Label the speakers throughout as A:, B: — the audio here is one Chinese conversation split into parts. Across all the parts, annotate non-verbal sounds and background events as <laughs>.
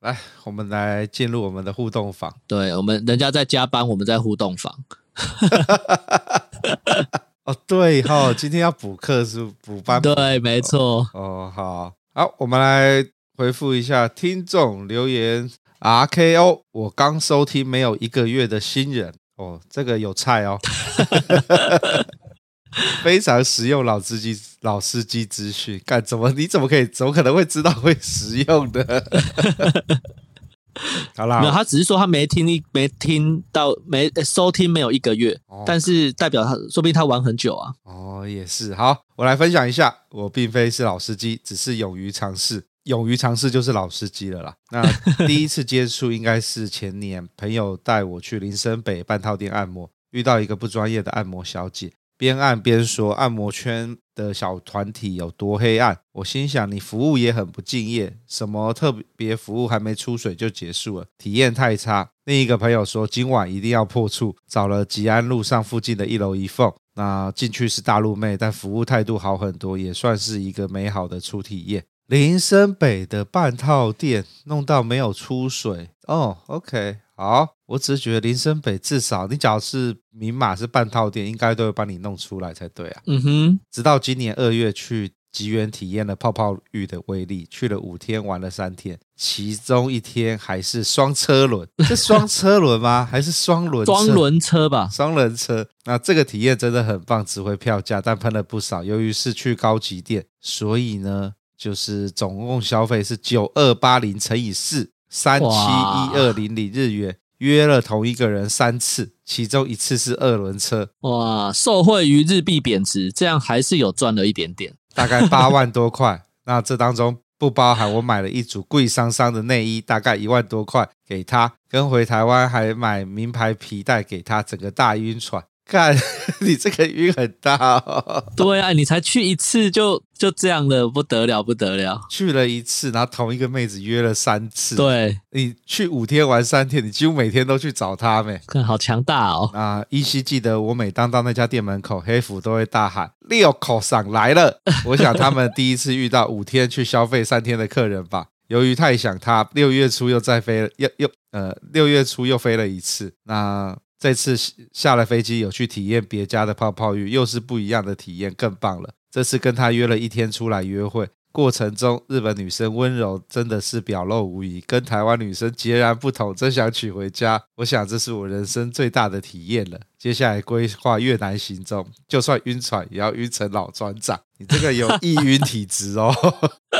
A: 来，我们来进入我们的互动房。
B: 对我们，人家在加班，我们在互动房。
A: 哦，对哈、今天要补课是不补班。
B: 对，没错。
A: 哦，好，好，我们来回复一下听众留言。RKO，我刚收听没有一个月的新人哦，这个有菜哦， <laughs> 非常实用老司机老司机资讯。干怎么？你怎么可以？怎么可能会知道会实用
B: <laughs>
A: 的？好
B: 没有，
A: 啦，
B: 他只是说他没听一，没听到，没呃收听没有一个月，
A: 哦
B: 但是代表他说不定他玩很久啊。
A: 哦，也是。好，我来分享一下，我并非是老司机，只是勇于尝试。勇于尝试就是老司机了啦。那第一次接触应该是前年，朋友带我去林森北半套店按摩，遇到一个不专业的按摩小姐，边按边说按摩圈的小团体有多黑暗。我心想，你服务也很不敬业，什么特别服务还没出水就结束了，体验太差。另一个朋友说，今晚一定要破处，找了吉安路上附近的一楼一凤。那进去是大陆妹，但服务态度好很多，也算是一个美好的初体验。林森北的半套店弄到没有出水哦，OK，好，我只是觉得林森北至少你只要是明码是半套店，应该都会帮你弄出来才对啊。
B: 嗯哼，
A: 直到今年二月去吉原体验了泡泡浴的威力，去了五天，玩了三天，其中一天还是双车轮，是双车轮吗？还是双轮车？
B: 双轮车吧。
A: 双人车，那这个体验真的很棒，值回票价，但喷了不少。由于是去高级店，所以呢，就是总共消费是九二八零乘以四三七
B: 哇
A: 一二零零日元，约了同一个人三次，其中一次是二轮车，
B: 哇，受惠于日币贬值，这样还是有赚了一点点。
A: 大概八万多块。那这当中不包含我买了一组贵桑桑的内衣，大概一万多块给他，跟回台湾还买名牌皮带给他，整个大晕船。看， <laughs> 你这个晕很大哦。
B: 对啊，你才去一次就就这样了，不得了，不得了。
A: 去了一次，然后同一个妹子约了三次。，
B: 对，
A: 你去五天玩三天，你几乎每天都去找她呗。
B: 看好强大哦。
A: 啊，依稀记得我每当到那家店门口，黑服都会大喊“六口上来了”。我想他们第一次遇到五天去消费三天的客人吧。 <laughs> 由于太想他，六月初又再飞了，又又呃，六月初又飞了一次。那这次下下了飞机，有去体验别家的泡泡浴，又是不一样的体验，更棒了。这次跟他约了一天出来约会，过程中日本女生温柔真的是表露无遗，跟台湾女生截然不同，真想娶回家。我想这是我人生最大的体验了。接下来规划越南行踪，就算晕船也要晕成老船长。你这个有易晕体质哦。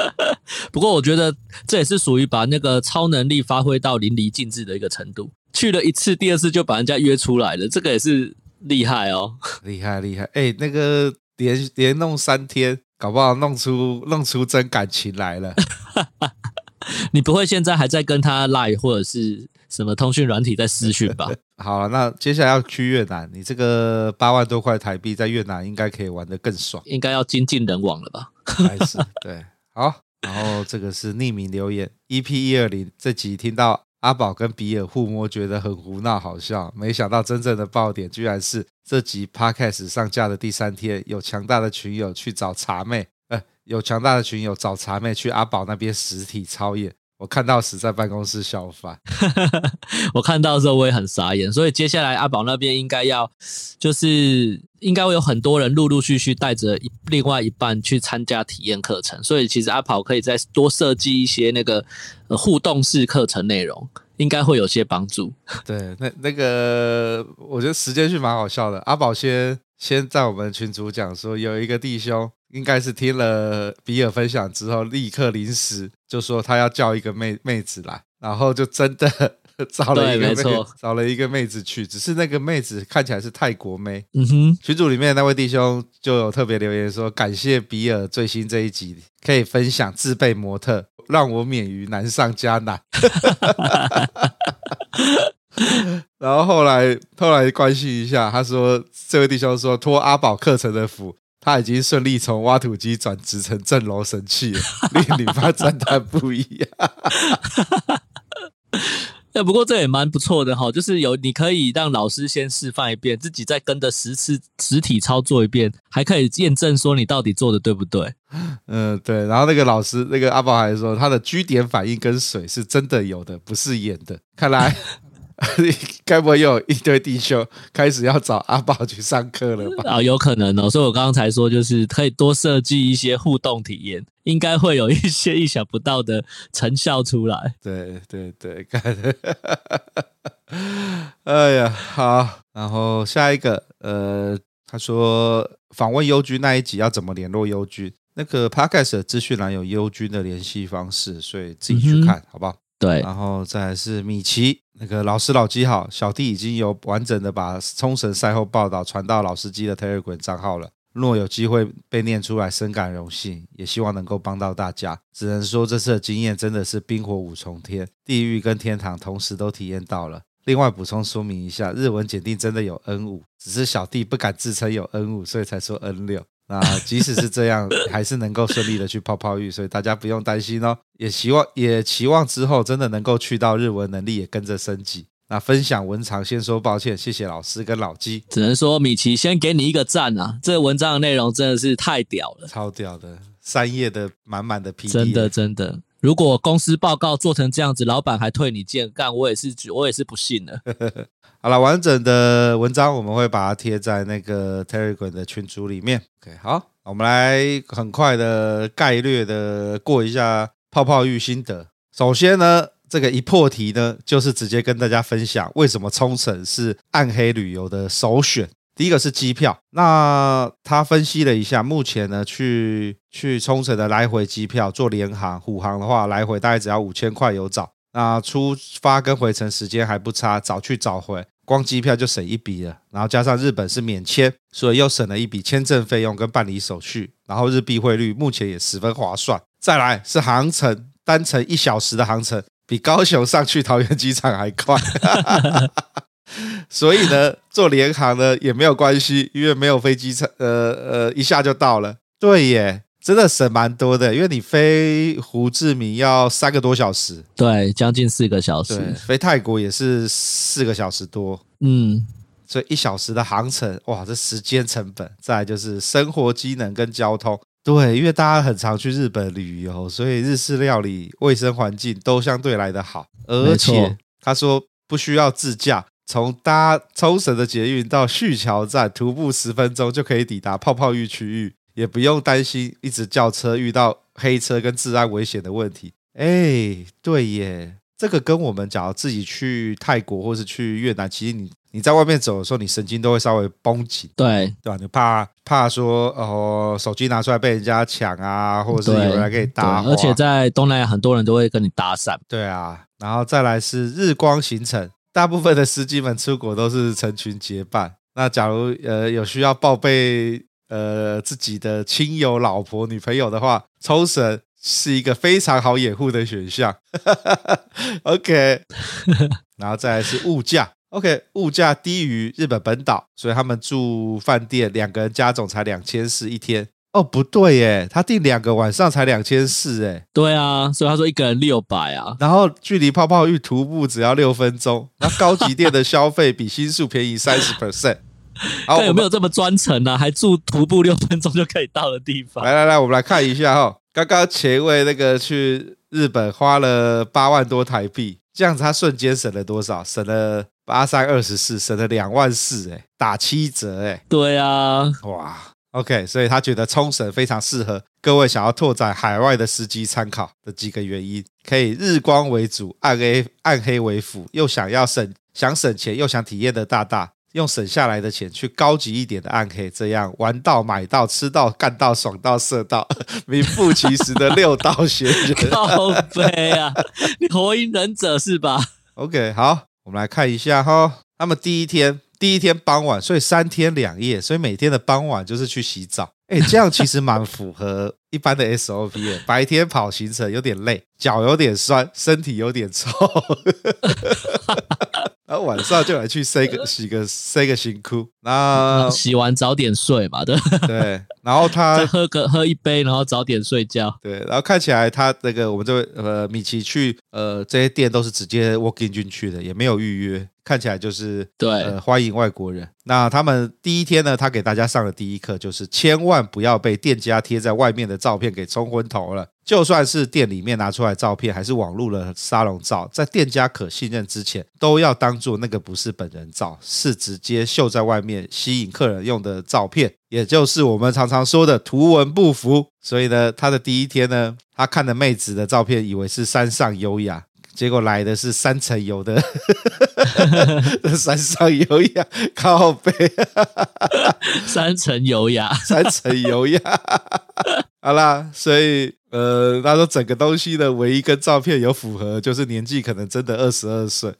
A: <laughs>
B: 不过我觉得这也是属于把那个超能力发挥到淋漓尽致的一个程度。去了一次，第二次就把人家约出来了，这个也是厉害哦。 <laughs>
A: 厉害厉害，哎、那个连连弄三天，搞不好弄出弄出真感情来了。
B: 你不会现在还在跟他赖或者是什么通讯软体在私讯吧？，
A: 好了，那接下来要去越南，你这个八万多块台币在越南应该可以玩得更爽
B: 应该要精尽人亡了吧？
A: 还是对好。然后这个是匿名留言，EP 一二零这集听到阿宝跟比尔互摸，觉得很胡闹好笑，没想到真正的爆点居然是这集 Podcast 上架的第三天，有强大的群友去找茶妹，呃，有强大的群友找茶妹去阿宝那边实体操演，我看到死在办公室笑翻。
B: 我看到的时候我也很傻眼，所以接下来阿宝那边应该要，就是应该会有很多人陆陆续续带着一另外一半去参加体验课程，所以其实阿宝可以再多设计一些那个、呃互动式课程内容，应该会有些帮助。
A: <laughs> 对，那那个我觉得时间序蛮好笑的。阿宝先先在我们群组讲说，有一个弟兄应该是听了比尔分享之后，立刻临时就说他要叫一个妹妹子来，然后就真的 <laughs> 找了一个妹
B: 对没错
A: 找了一个妹子去，只是那个妹子看起来是泰国妹。
B: 嗯哼，
A: 群组里面那位弟兄就有特别留言说，感谢比尔最新这一集可以分享自备模特，让我免于难上加难。 <laughs> 然后后来后来关心一下，他说这位弟兄说托阿宝课程的福，他已经顺利从挖土机转职成正楼神器了， <laughs> 令女方赞叹不已啊！
B: 那不过这也蛮不错的哈，就是有你可以让老师先示范一遍，自己再跟着实次实体操作一遍，还可以验证说你到底做的对不对。
A: 嗯，对。然后那个老师，那个阿宝还说他的居点反应跟水是真的有的，不是演的。看
B: <laughs>
A: 来该不会又有一堆弟兄开始要找阿宝去上课了吧？<laughs>
B: <laughs> 啊，有可能哦。所以我刚刚才说，就是可以多设计一些互动体验，应该会有一些意想不到的成效出来。
A: 对对对，看， <laughs> 哎呀，好，然后下一个，呃，他说访问优君那一集要怎么联络优君？那个 podcast 的资讯栏有优君的联系方式，所以自己去
B: 嗯哼
A: 看，好不好？
B: 对，
A: 然后再来是米奇，那个老师老鸡好，小弟已经有完整的把冲绳赛后报道传到老司机的 Telegram 账号了。若有机会被念出来，深感荣幸，也希望能够帮到大家。只能说这次的经验真的是冰火五重天，地狱跟天堂同时都体验到了。另外补充说明一下，日文检定真的有 N 五，只是小弟不敢自称有 N 五，所以才说 N 六。那即使是这样， <laughs> 还是能够顺利的去泡泡浴，所以大家不用担心哦。也希望也期望之后真的能够去到日文能力也跟着升级。那分享文长先说抱歉，谢谢老师跟老鸡，
B: 只能说米奇先给你一个赞啊！这文章的内容真的是太屌了，
A: 超屌的三页的满满的 P，
B: 真的真的。如果公司报告做成这样子，老板还退你件，干我也是我也是不信了。
A: 好了，完整的文章我们会把它贴在那个 Telegram 的群组里面。OK，好，我们来很快的概略的过一下泡泡浴心得。首先呢，这个一破题呢，就是直接跟大家分享为什么冲绳是暗黑旅游的首选。第一个是机票，那他分析了一下，目前呢去去冲绳的来回机票，坐联航、虎航的话，来回大概只要五千块有找。那出发跟回程时间还不差，早去早回，光机票就省一笔了。然后加上日本是免签，所以又省了一笔签证费用跟办理手续。然后日币汇率目前也十分划算。再来是航程，单程一小时的航程，比高雄上去桃园机场还快。 <laughs> 所以呢，坐联航呢也没有关系，因为没有飞机场，呃呃，一下就到了。对耶，真的省蛮多的，因为你飞胡志明要三个多小时，
B: 对，将近四个小
A: 对，
B: 时。
A: 飞泰国也是四个小时多，
B: 嗯，
A: 所以一小时的航程，哇，这时间成本，再来就是生活机能跟交通。对，因为大家很常去日本旅游，所以日式料理、卫生环境都相对来得好，而
B: 没
A: 且
B: 错
A: 他说不需要自驾，从搭冲绳的捷运到旭桥站，徒步十分钟就可以抵达泡泡浴区域，也不用担心一直叫车遇到黑车跟治安危险的问题。哎，对耶，这个跟我们假如自己去泰国或是去越南，其实你你在外面走的时候，你神经都会稍微绷紧，
B: 对，
A: 对吧？你怕怕说哦，手机拿出来被人家抢啊，或者是
B: 对
A: 有人来给你
B: 对，
A: 搭话，啊
B: 而且在东南亚很多人都会跟你搭讪。
A: 对啊，然后再来是日光行程，大部分的司机们出国都是成群结伴。那假如呃有需要报备呃自己的亲友、老婆、女朋友的话，冲绳是一个非常好掩护的选项。OK，然后再来是物价。OK，物价低于日本本岛，所以他们住饭店两个人加总才两千四一天。哦，不对耶，他订两个晚上才两千四哎。
B: 对啊，所以他说一个人六百啊，
A: 然后距离泡泡浴徒步只要六分
B: <laughs>
A: 钟，那高级店的消费比新宿便宜三十
B: <laughs>
A: percent。好，
B: 看有没有
A: 啊我
B: 这么专程啊？还住徒步六分钟就可以到的地
A: 们
B: 方？
A: 来来来，我们来看一下哈、刚刚前一位那个去日日本花了八万多台币，这样子他瞬间省了多少？省了八三二十四，省了两万四，哎，打七折，哎，<laughs>
B: 对啊，
A: 哇，OK，所以他觉得冲绳非常适合各位想要拓展海外的司机参考的几个原因，可以日光为主，暗黑暗黑为辅，又想要省想省钱又想体验的大大，用省下来的钱去高级一点的暗黑，这样玩到买到吃到干到爽到射到， <laughs> 名副其实的六道玄人。
B: 靠背啊，你火影忍者是吧？
A: OK，好，我们来看一下哈。那么第一天，第一天傍晚，所以三天两夜，所以每天的傍晚就是去洗澡。哎，这样其实蛮符合一般的 SOP 的。白天跑行程有点累，脚有点酸，身体有点臭，然后晚上就来去塞个洗个塞个新裤。
B: <laughs>
A: 那
B: 啊洗完早点睡嘛，对，
A: 对，然后他
B: 再喝个喝一杯，然后早点睡觉。
A: 对，然后看起来他那个我们这位呃米奇去呃这些店都是直接 walk in 进去的，也没有预约，看起来就是
B: 对
A: 呃、欢迎外国人。那他们第一天呢，他给大家上的第一课就是千万不要被店家贴在外面的照片给冲昏头了。就算是店里面拿出来照片，还是网络的沙龙照，在店家可信任之前，都要当做那个不是本人照，是直接秀在外面吸引客人用的照片，也就是我们常常说的图文不符。所以呢，他的第一天呢，他看的妹子的照片，以为是山上优雅。结果来的是三层油的， <laughs> 山上优雅靠背，
B: 三层油雅，
A: 三层油呀。 <laughs> 好啦，所以呃，他说整个东西的唯一跟照片有符合，就是年纪可能真的二十二岁。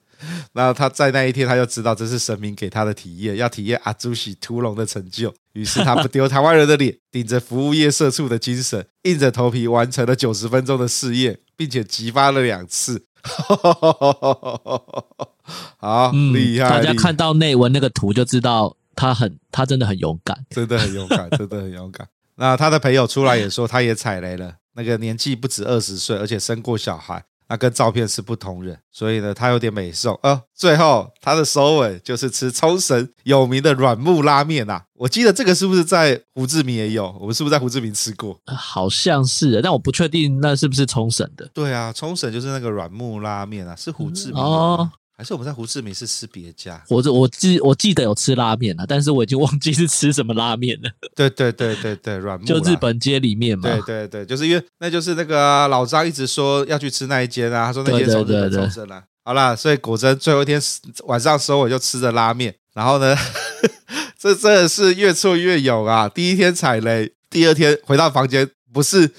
A: 那他在那一天他就知道这是神明给他的体验，要体验阿朱喜屠龙的成就。于是他不丢台湾人的脸，顶着服务业社畜的精神， <laughs> 硬着头皮完成了九十分钟的试验，并且激发了两次。 <laughs> 好
B: 嗯，
A: 厉害！
B: 大家
A: 厉害
B: 看到内文那个图就知道他很，他真的很勇敢。
A: 真的很勇敢，真的很勇敢。 <laughs> 那他的朋友出来也说，他也踩雷了。那个年纪不止二十岁，而且生过小孩，那跟照片是不同人，所以呢，他有点美瘦。呃，最后他的收尾就是吃冲绳有名的软木拉面啊。我记得这个是不是在胡志明也有？我们是不是在胡志明吃过？
B: 好像是，啊但我不确定那是不是冲绳的。
A: 对啊，冲绳就是那个软木拉面啊，是胡志明有吗
B: 哦，
A: 还是我们在胡志明是吃别家？
B: 我这我记我记得有吃拉面啊，但是我已经忘记是吃什么拉面了，
A: 对对对对对，软木
B: 就
A: 拉
B: 日本街里面嘛。
A: 对对对，就是因为那就是那个啊、老张一直说要去吃那一间啊，他说那间
B: 对对
A: 从日本
B: 对对
A: 冲绳来。啊好啦，所以果真最后一天晚上收尾就吃着拉面，然后呢， <laughs> 这真的是越挫越勇啊！第一天踩雷，第二天回到房间不是。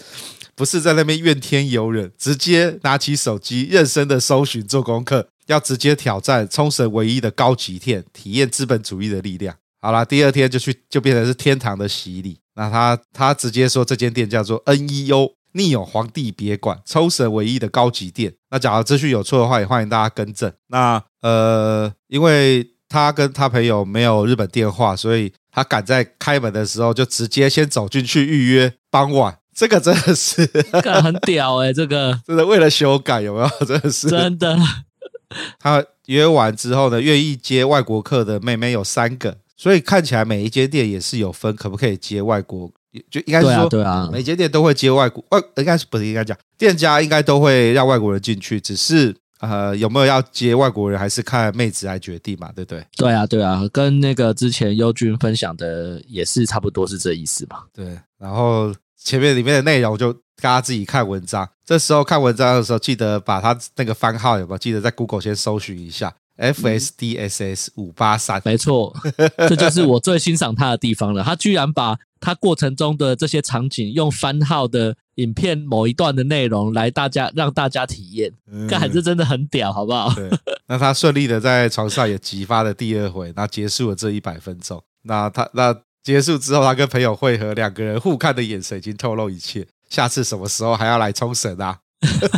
A: 不是在那边怨天尤人，直接拿起手机认真的搜寻做功课，要直接挑战冲绳唯一的高级店，体验资本主义的力量。好啦，第二天就去就变成是天堂的洗礼。那他他直接说这间店叫做 NEO 逆有皇帝别馆，抽神唯一的高级店。那假如资讯有错的话，也欢迎大家更正。那呃，因为他跟他朋友没有日本电话，所以他赶在开门的时候就直接先走进去预约傍晚。这个真的是 <laughs>
B: 干很屌哎、这个
A: 真的为了修改有没有？真的是
B: 真的
A: 他约完之后呢，愿意接外国客的妹妹有三个，所以看起来每一间店也是有分可不可以接外国，就应该是
B: 对
A: 说、
B: 啊对啊，
A: 每间店都会接外国外，应该是不是应该讲店家应该都会让外国人进去，只是呃有没有要接外国人还是看妹子来决定嘛，对不对？
B: 对啊对啊，跟那个之前优君分享的也是差不多是这意思嘛。
A: 对，然后前面里面的内容就大家自己看文章。这时候看文章的时候，记得把它那个番号有没有？记得在 Google 先搜寻一下
B: 嗯
A: FSDSS 五八三。<laughs>
B: 没错，这就是我最欣赏他的地方了。他居然把他过程中的这些场景用番号的影片某一段的内容来大家让大家体验，
A: 嗯
B: <laughs> 干这真的很屌，好不好？
A: 对，那他顺利的在床上也激发了第二回，那结束了这一百分钟。那他那结束之后，他跟朋友会合，两个人互看的眼神已经透露一切。下次什么时候还要来冲绳啊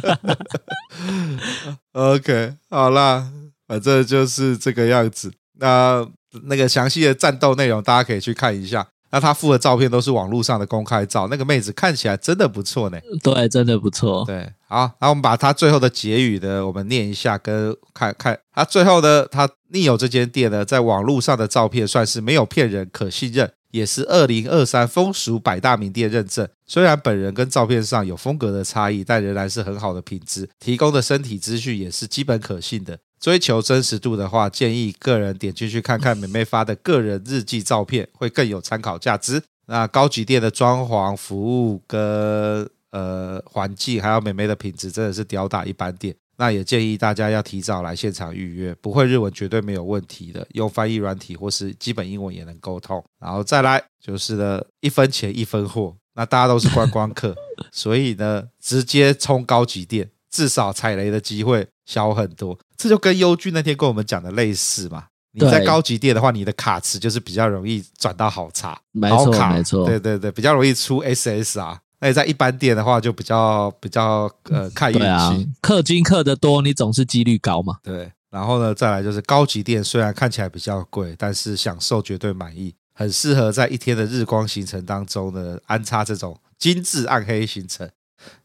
A: <laughs> ？OK，好啦，反正就是这个样子。那那个详细的战斗内容，大家可以去看一下。那他附的照片都是网络上的公开照，那个妹子看起来真的不错呢。
B: 对，真的不错。
A: 对，好，那我们把他最后的结语呢，我们念一下，跟看看他最后呢，他逆友这间店呢，在网络上的照片算是没有骗人，可信任，也是二零二三风俗百大名店认证。虽然本人跟照片上有风格的差异，但仍然是很好的品质，提供的身体资讯也是基本可信的。追求真实度的话，建议个人点进去看看美妹发的个人日记照片，会更有参考价值。那高级店的装潢、服务跟呃环境，还有美眉的品质，真的是吊打一般店。那也建议大家要提早来现场预约，不会日文绝对没有问题的，用翻译软体或是基本英文也能沟通。然后再来就是呢，一分钱一分货，那大家都是观光客， <laughs> 所以呢，直接冲高级店，至少踩雷的机会小很多。这就跟优俊那天跟我们讲的类似嘛。你在
B: 对
A: 高级店的话，你的卡池就是比较容易转到好茶，
B: 没
A: 好
B: 错
A: 卡，
B: 没错
A: 对对对，比较容易出 SSR。那你在一般店的话，就比较比较呃看运
B: 对啊
A: 气，，
B: 氪金氪的多，你总是几率高嘛。
A: 对。然后呢，再来就是高级店，虽然看起来比较贵，但是享受绝对满意，很适合在一天的日光行程当中呢安插这种精致暗黑行程。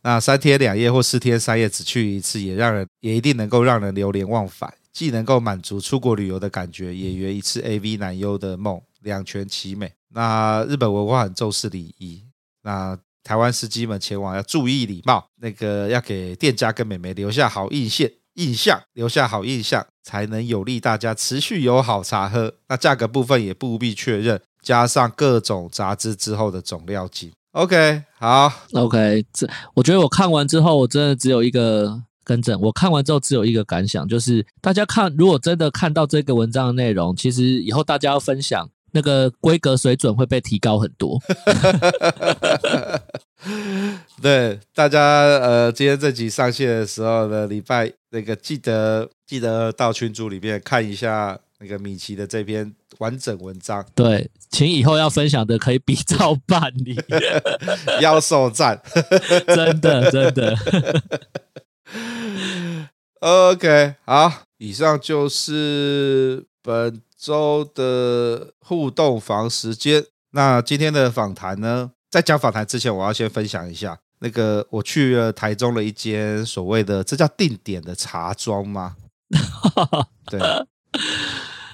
A: 那三天两夜或四天三夜只去一次，也让人也一定能够让人流连忘返，既能够满足出国旅游的感觉，也圆一次 AV 男优的梦，两全其美。那日本文化很重视礼仪，那台湾司机们前往要注意礼貌，那个要给店家跟美眉留下好印象，印象留下好印象，才能有利大家持续有好茶喝。那价格部分也不必确认，加上各种杂志之后的总料金。OK，好，
B: OK，这我觉得我看完之后，我真的只有一个更正。我看完之后只有一个感想，就是大家看，如果真的看到这个文章的内容，其实以后大家要分享那个规格水准会被提高很
A: <laughs>
B: 多。，
A: 对大家呃，今天这集上线的时候呢，礼拜那个记得记得到群组里面看一下那个米奇的这篇完整文章
B: 对，请以后要分享的可以比照办
A: <laughs>
B: 理，
A: 妖兽战。
B: 真的真的。 <laughs>
A: OK，好，以上就是本周的互动房时间。那今天的访谈呢，在讲访谈之前，我要先分享一下，那个我去了台中的一间所谓的这叫定点的茶庄吗？对，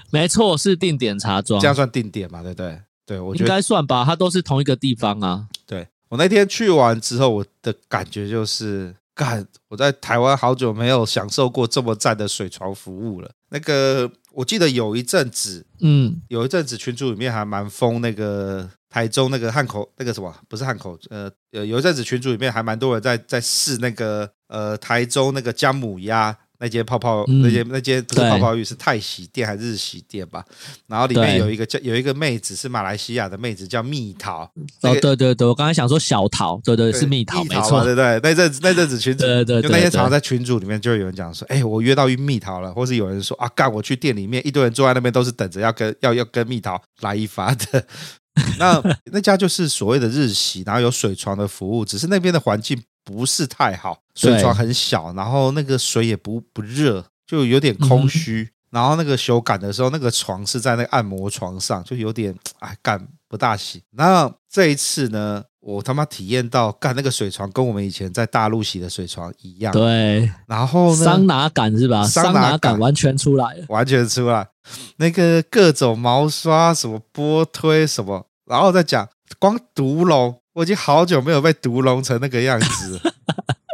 B: 没错，是定点茶庄
A: 这，样算定点嘛？对不对？对，我觉
B: 应
A: 得
B: 该算吧，它都是同一个地方啊。
A: 对我那天去完之后，我的感觉就是，干，我在台湾好久没有享受过这么赞的水床服务了。那个，我记得有一阵子，
B: 嗯，
A: 有一阵子群组里面还蛮疯那个台中那个汉口那个什么，不是汉口，呃，有有一阵子群组里面还蛮多人在在试那个呃台中那个姜母鸭那间泡泡、
B: 嗯
A: 那间那间不是
B: 对
A: 泡泡浴是泰喜店还是日喜店吧，然后里面
B: 对
A: 有一个叫有一个妹子是马来西亚的妹子叫蜜桃，那
B: 哦，
A: 个
B: 对对对，我刚才想说小桃，对对是蜜桃，
A: 蜜
B: 没
A: 桃啊嘛
B: 错
A: 对，不对？那阵子那阵子群主，
B: 对对对
A: 就那些常常
B: 对
A: 在群组里面就有人讲说，哎、我约到一蜜桃了，或是有人说啊，干，我去店里面，一堆人坐在那边都是等着要跟要要跟蜜桃来一发的。 <laughs> 那那家就是所谓的日系，然后有水床的服务，只是那边的环境不是太好，水
B: 对
A: 床很小，然后那个水也不不热，就有点空虚。然后那个修改的时候，那个床是在那个按摩床上，就有点哎干不大洗。那这一次呢，我他妈体验到干那个水床跟我们以前在大陆洗的水床一样，
B: 对，
A: 然后呢，
B: 桑拿感是吧？
A: 桑拿
B: 桑
A: 感
B: 拿感完全出来了。
A: 完全出来，那个各种毛刷、什么波推什么，然后再讲光毒龙，我已经好久没有被毒龙成那个样子了。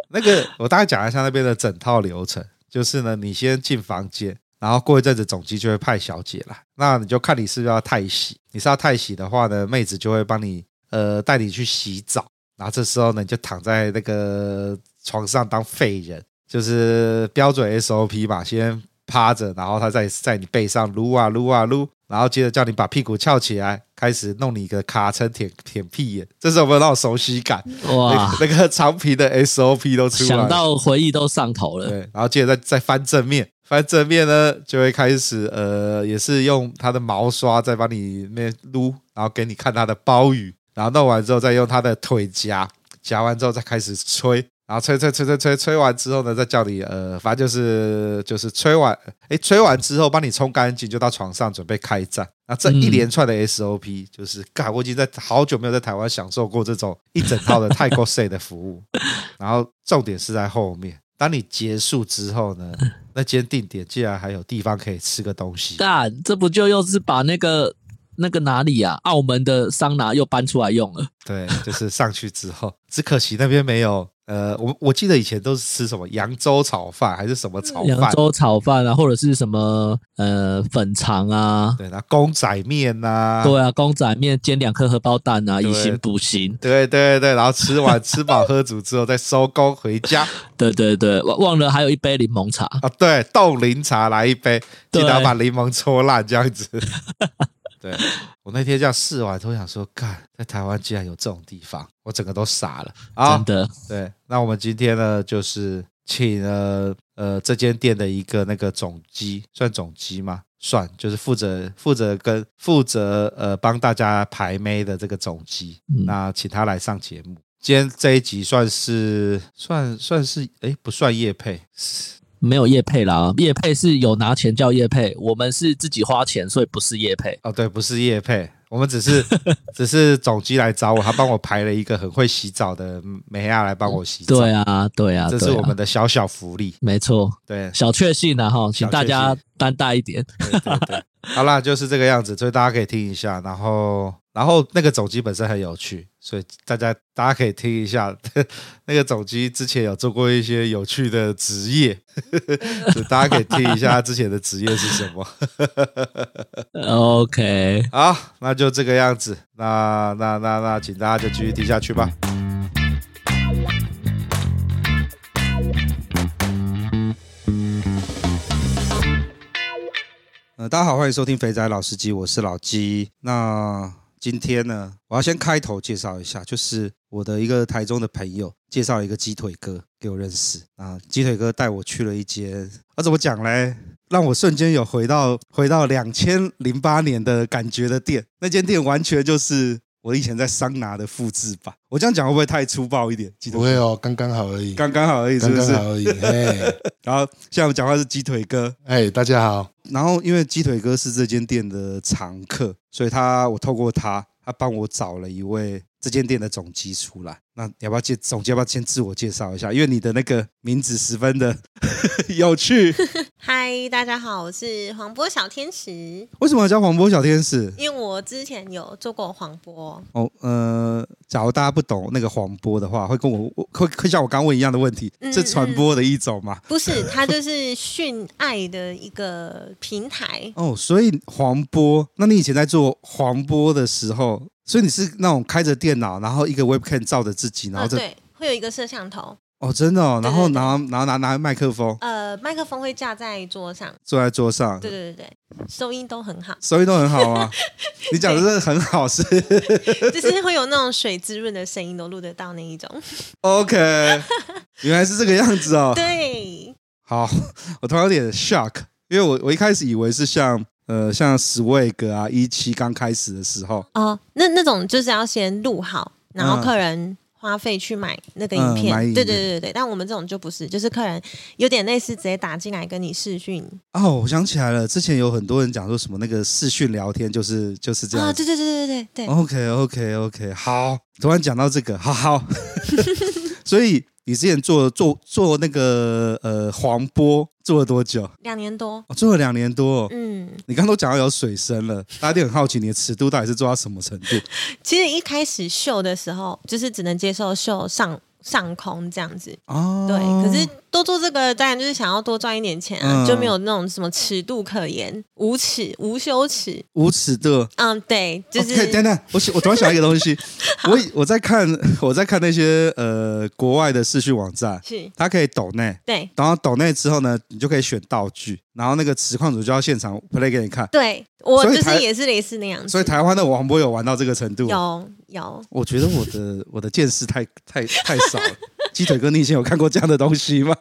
A: 那个我大概讲一下那边的整套流程，就是呢，你先进房间，然后过一阵子总机就会派小姐来，那你就看你是不是要太洗，你是要太洗的话呢，妹子就会帮你呃带你去洗澡，然后这时候呢你就躺在那个床上当废人，就是标准 SOP 嘛，先趴着，然后他在在你背上撸啊撸啊撸，然后接着叫你把屁股翘起来，开始弄你一个卡撑舔舔屁眼，这时候有没有那种熟悉感？
B: 哇，
A: 那个长皮的 SOP 都出来了，
B: 想到回忆都上头了。
A: 对，然后接着再再翻正面，翻正面呢就会开始呃，也是用它的毛刷再帮你那边撸，然后给你看它的包雨，然后弄完之后再用它的腿夹，夹完之后再开始吹，然后吹吹吹吹吹吹完之后呢，再叫你呃，反正就是就是吹完，诶，吹完之后帮你冲干净，就到床上准备开战。那这一
B: 嗯
A: 连串的 SOP 就是，干，我已经在好久没有在台湾享受过这种一整套的泰国 C 的服务。然后重点是在后面，当你结束之后
B: <laughs>
A: 呢，那间定点竟然还有地方可以吃个东西。
B: 但这不就又是把那个那个哪里啊，澳门的桑拿又搬出来用了。
A: 对，就是上去之后，只可惜那边没有。呃，我我记得以前都是吃什么扬州炒饭还是什么炒
B: 扬
A: 饭，
B: 州炒饭啊，或者是什么呃粉肠啊，
A: 对，那公仔面呐、
B: 对啊，公仔面煎两颗荷包蛋啊，
A: 对
B: 以形补形。
A: 对对对，然后吃完 <laughs> 吃饱喝足之后再收工回家
B: 对对对，忘忘了还有一杯柠檬茶。
A: 啊，对，冻柠茶来一杯，记得要把柠檬搓烂这样子。 <laughs> 对我那天这样试完，都想说，干，在台湾竟然有这种地方，我整个都傻了啊
B: 真！的，
A: 对，那我们今天呢，就是请了呃这间店的一个那个总机，算总机吗？算，就是负责负责跟负责呃帮大家排妹的这个总机，
B: 嗯
A: 那请他来上节目。今天这一集算是算算是哎不算夜配，
B: 没有叶配啦，叶配是有拿钱叫叶配，我们是自己花钱，所以不是叶配。
A: 哦，对，不是夜配，我们只是只是总机来找我，他帮我排了一个很会洗澡的美亚来帮我洗澡，
B: 对啊，对啊，
A: 这是
B: 对
A: 我
B: 啊
A: 们，的小小福利。
B: 没错，
A: 对，
B: 小确幸啊哈，请
A: 小确幸
B: 大家担待一点。
A: 对对对，好啦，就是这个样子，所以大家可以听一下。然后，然后那个总机本身很有趣，所以大家大家可以听一下。 <laughs> 那个总机之前有做过一些有趣的职业， <laughs> 所以大家可以听一下他之前的职业是什么。
B: OK，
A: 好，那就这个样子。那那那那，请大家就继续听下去吧。呃，大家好，欢迎收听《肥仔老司机》，我是老鸡。那今天呢，我要先开头介绍一下，就是我的一个台中的朋友介绍了一个鸡腿哥给我认识啊，鸡腿哥带我去了一间，啊，怎么讲嘞？让我瞬间有回到回到两千零八年的感觉的店，那间店完全就是我以前在桑拿的复制版。我这样讲会不会太粗暴一点？鸡腿
C: 不会哦，刚刚好而已，
A: 刚刚好而已，是
C: 刚
A: 不
C: 刚
A: 是？
C: 好而已。
A: <laughs>
C: 嘿，
A: 然后现在我们讲话是鸡腿哥，
C: 哎，大家好，
A: 然后因为鸡腿哥是这间店的常客，所以他我透过他，他帮我找了一位这间店的总机出来。那你要不要介总机要不要先自我介绍一下？因为你的那个名字十分的 <laughs> 有趣。
D: 嗨，大家好，我是黄波小天使。
A: 为什么叫黄波小天使？
D: 因为我之前有做过黄波，
A: 哦，呃，假如大家不懂那个黄波的话，会跟我会会像我刚问一样的问题，
D: 嗯
A: 是传播的一种嘛？
D: 不是它就是训爱的一个平台。
A: 哦，所以黄波，那你以前在做黄波的时候，所以你是那种开着电脑，然后一个 webcam 照着自己，然后
D: 呃，
A: 再、
D: 对，会有一个摄像头，
A: 哦，真的、哦，
D: 对
A: 然后
D: 对对
A: 拿然后拿拿麦克风
D: 呃，麦克风会架在桌上。
A: 坐在桌上，，
D: 对对对对，收音都很好
A: 收音都很好
D: <laughs>
A: 啊。你讲的真的很好，是
D: 就是会有那种水滋润的声音都录得到那一种。
A: OK，原来是这个样子哦。
D: 对，
A: 好，我突然有点 shock，因为我我一开始以为是像呃像 Swag 啊一期刚开始的时候，
D: 哦，那那种就是要先录好，然
A: 嗯
D: 后客人花费去买那个
A: 嗯
D: 影片。
A: 买影
D: 对
A: 片
D: 对对对对，但我们这种就不是，就是客人有点类似直接打进来跟你视讯。
A: 哦，我想起来了，之前有很多人讲说什么那个视讯聊天就是就是这样
D: 啊，
A: 子。哦
D: 对对对对对对，
A: OK OK OK，好，突然讲到这个，好好， <laughs> 所以你之前做做做那个呃黄波做了多久？
D: 两年多。
A: 哦、做了两年多、哦。
D: 嗯，
A: 你刚刚都讲到有水深了，大家一定很好奇你的尺度到底是做到什么程度。
D: 其实一开始秀的时候，就是只能接受秀上上空这样子，
A: 哦，
D: 对。可是多做这个，当然就是想要多赚一点钱啊，
A: 嗯
D: 就没有那种什么尺度可言，无耻无羞耻。
A: 无耻的，
D: 嗯，对，就
A: OK，等
D: 是
A: 等，我想我突然想到一个东
D: <laughs>
A: 西，我以我在看我在看那些呃国外的视讯网站，
D: 是，
A: 它可以抖内，
D: 对
A: 然后抖内之后呢，你就可以选道具，然后那个实况组就要现场 play 给你看。
D: 对，我
A: 所以
D: 就
A: 台
D: 是也是类似那样子，
A: 所以台湾的王波有玩到这个程度，
D: 有有，
A: 我觉得我的我的见识太太太少了。鸡腿哥，你以前有看过这样的东西吗？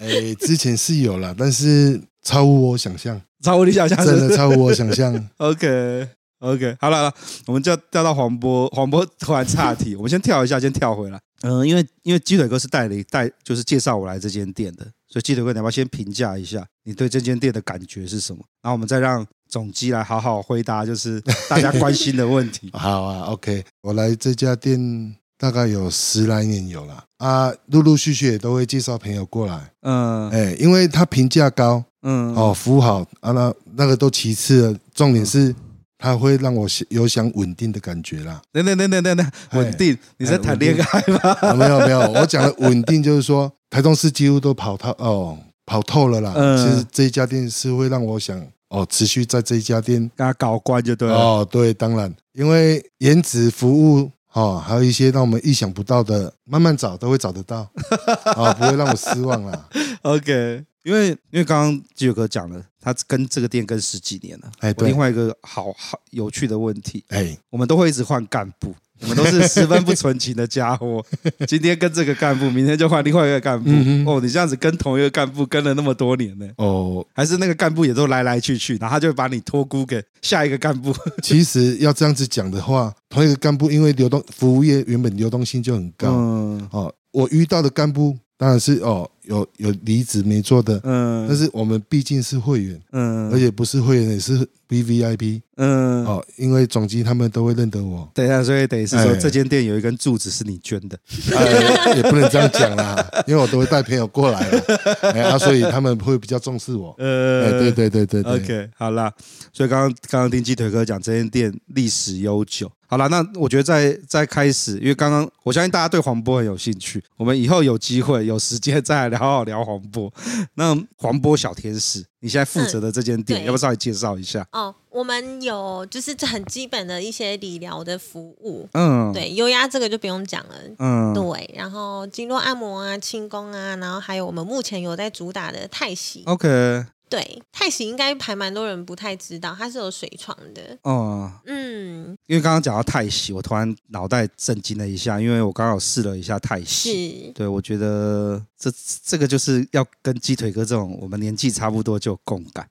C: 哎，之前是有了，但是超乎我想
A: <laughs>
C: 象，
A: 超乎你想象
C: 真的超乎我想象。。
A: OK OK，好了，好了我们就要调到黄波，黄波突然岔题，我们先跳一下，先跳回来。嗯、因为因为鸡腿哥是带了带，就是介绍我来这间店的，所以鸡腿哥你要不要先评价一下你对这间店的感觉是什么？然后我们再让总机来好好回答，就是大家关心的问题
C: <laughs> 好啊，OK，我来这家店大概有十来年有了啊，陆陆续续也都会介绍朋友过来。
A: 嗯
C: 哎，因为他评价高
A: 嗯，
C: 哎哦哦，服务好啊，那那个都其次了，重点是它会让我想有想稳定的感觉啦。
A: 等等等等等等，哎稳定？你在谈恋爱
C: 啊，
A: 吗？ <laughs>
C: 没有没有，我讲的稳定就是说，台中市几乎都跑透哦，跑透了啦。
A: 嗯
C: 其实这一家店是会让我想哦，持续在这一家店
A: 跟他搞关就对啊了。
C: 哦，对，当然，因为颜值、服务哦，还有一些让我们意想不到的，慢慢找都会找得到，哦，不会让我失望啦。
A: OK，因为因为刚刚基友哥讲了，他跟这个店跟十几年了。
C: 哎，
A: 我
C: 对
A: 另，外一个好好有趣的问题，
C: 哎，
A: 我们都会一直换干部，我们都是十分不纯情的家伙。今天跟这个干部，明天就换另外一个干部。
C: 嗯哼
A: 哦，你这样子跟同一个干部跟了那么多年呢，
C: 哦，
A: 还是那个干部也都来来去去，然后他就会把你托孤给下一个干部。
C: 其实要这样子讲的话，同一个干部因为流动服务业原本流动性就很高，
A: 嗯
C: 哦，我遇到的干部当然是哦，有有离职没做的，
A: 嗯，
C: 但是我们毕竟是会员，
A: 嗯，
C: 而且不是会员也是 V V I P
A: 嗯，，
C: 哦，因为总机他们都会认得我
A: 等一下，所以等于是说，
C: 哎
A: 这间店有一根柱子是你捐的。
C: 哎也不能这样讲啦， <laughs> 因为我都会带朋友过
A: <laughs>
C: 来了，哎啊，所以他们会比较重视我。哎，
A: 呃
C: 对对对对对
A: OK，好啦，所以刚刚刚刚听鸡腿哥讲这间店历史悠久。好啦，那我觉得在在开始，因为刚刚我相信大家对黄波很有兴趣，我们以后有机会有时间再来聊好聊黄波。那黄波小天使，你现在负责的这间店，
D: 嗯对
A: 要不要稍微介绍一下？
D: 哦，我们有就是这很基本的一些理疗的服务，
A: 嗯，，
D: 对，优压这个就不用讲了。
A: 嗯，
D: 对，然后经络按摩啊、轻功啊，然后还有我们目前有在主打的泰喜，
A: ，OK，
D: 对，泰喜应该还蛮多人不太知道，它是有水床的。
A: 哦、
D: 嗯，
A: 因为刚刚讲到泰喜，我突然脑袋震惊了一下，因为我刚好试了一下泰喜，
D: 是，
A: 对，我觉得这这个就是要跟鸡腿哥这种我们年纪差不多就有共感。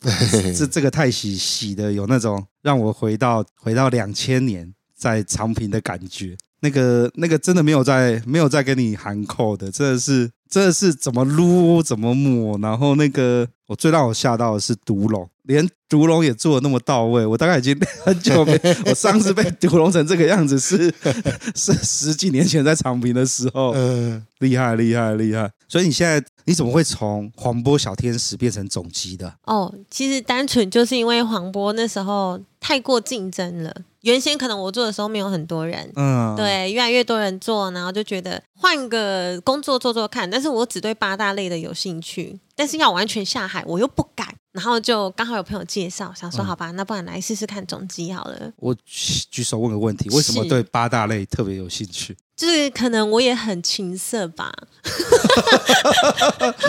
A: 这这个太喜喜的有那种让我回到回到两千年在长平的感觉。那个那个真的没有在没有在跟你含扣的，真的是真的是怎么撸怎么抹，然后那个我最让我吓到的是毒龙，连毒龙也做的那么到位，我大概已经 <laughs> 很久没我上次被毒龙成这个样子是 <laughs> 是十几年前在长平的时候，
C: 呃，
A: 厉害厉害厉害！所以你现在你怎么会从黄波小天使变成总机的？
D: 哦，其实单纯就是因为黄波那时候太过竞争了，原先可能我做的时候没有很多人。
A: 嗯，，
D: 对，越来越多人做，然后就觉得换个工作做做看。但是我只对八大类的有兴趣，但是要完全下海我又不敢。然后就刚好有朋友介绍，想
A: 嗯
D: 说好吧，那不然来试试看总机好了。
A: 我举举手问个问题，为什么
D: 是
A: 对八大类特别有兴趣？
D: 就是可能我也很情色吧，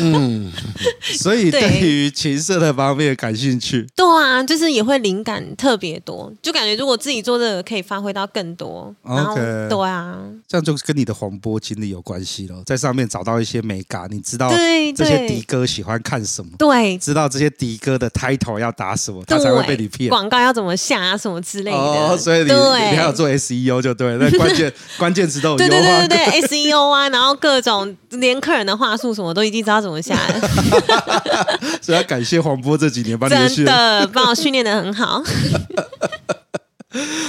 C: 嗯，
A: 所以
D: 对
A: 对于情色的方面感兴趣。
D: 对啊，就是也会灵感特别多，就感觉如果自己做这个可以发挥到更多。然后
A: OK
D: 对啊，
A: 这样就跟你的黄波经历有关系了，在上面找到一些美感，你知道
D: 对
A: 这些迪
D: 对
A: 哥喜欢看什么，
D: 对
A: 知道这些迪哥的 title 要打什么，他才会被你
D: 对，
A: 骗。
D: 广告要怎么下啊，什么之类的。
A: 哦，所以你
D: 对
A: 你还要做 SEO 就对了，那关
D: <laughs>
A: 键关键词都有
D: 对对
A: 优化
D: 对对对，SEO 啊，然后各种连客人的话术什么都已经知道怎么下了，
A: <laughs> 所以要感谢黄波这几年 <laughs> 把你的
D: 真
A: 训
D: 的把我训练的很好。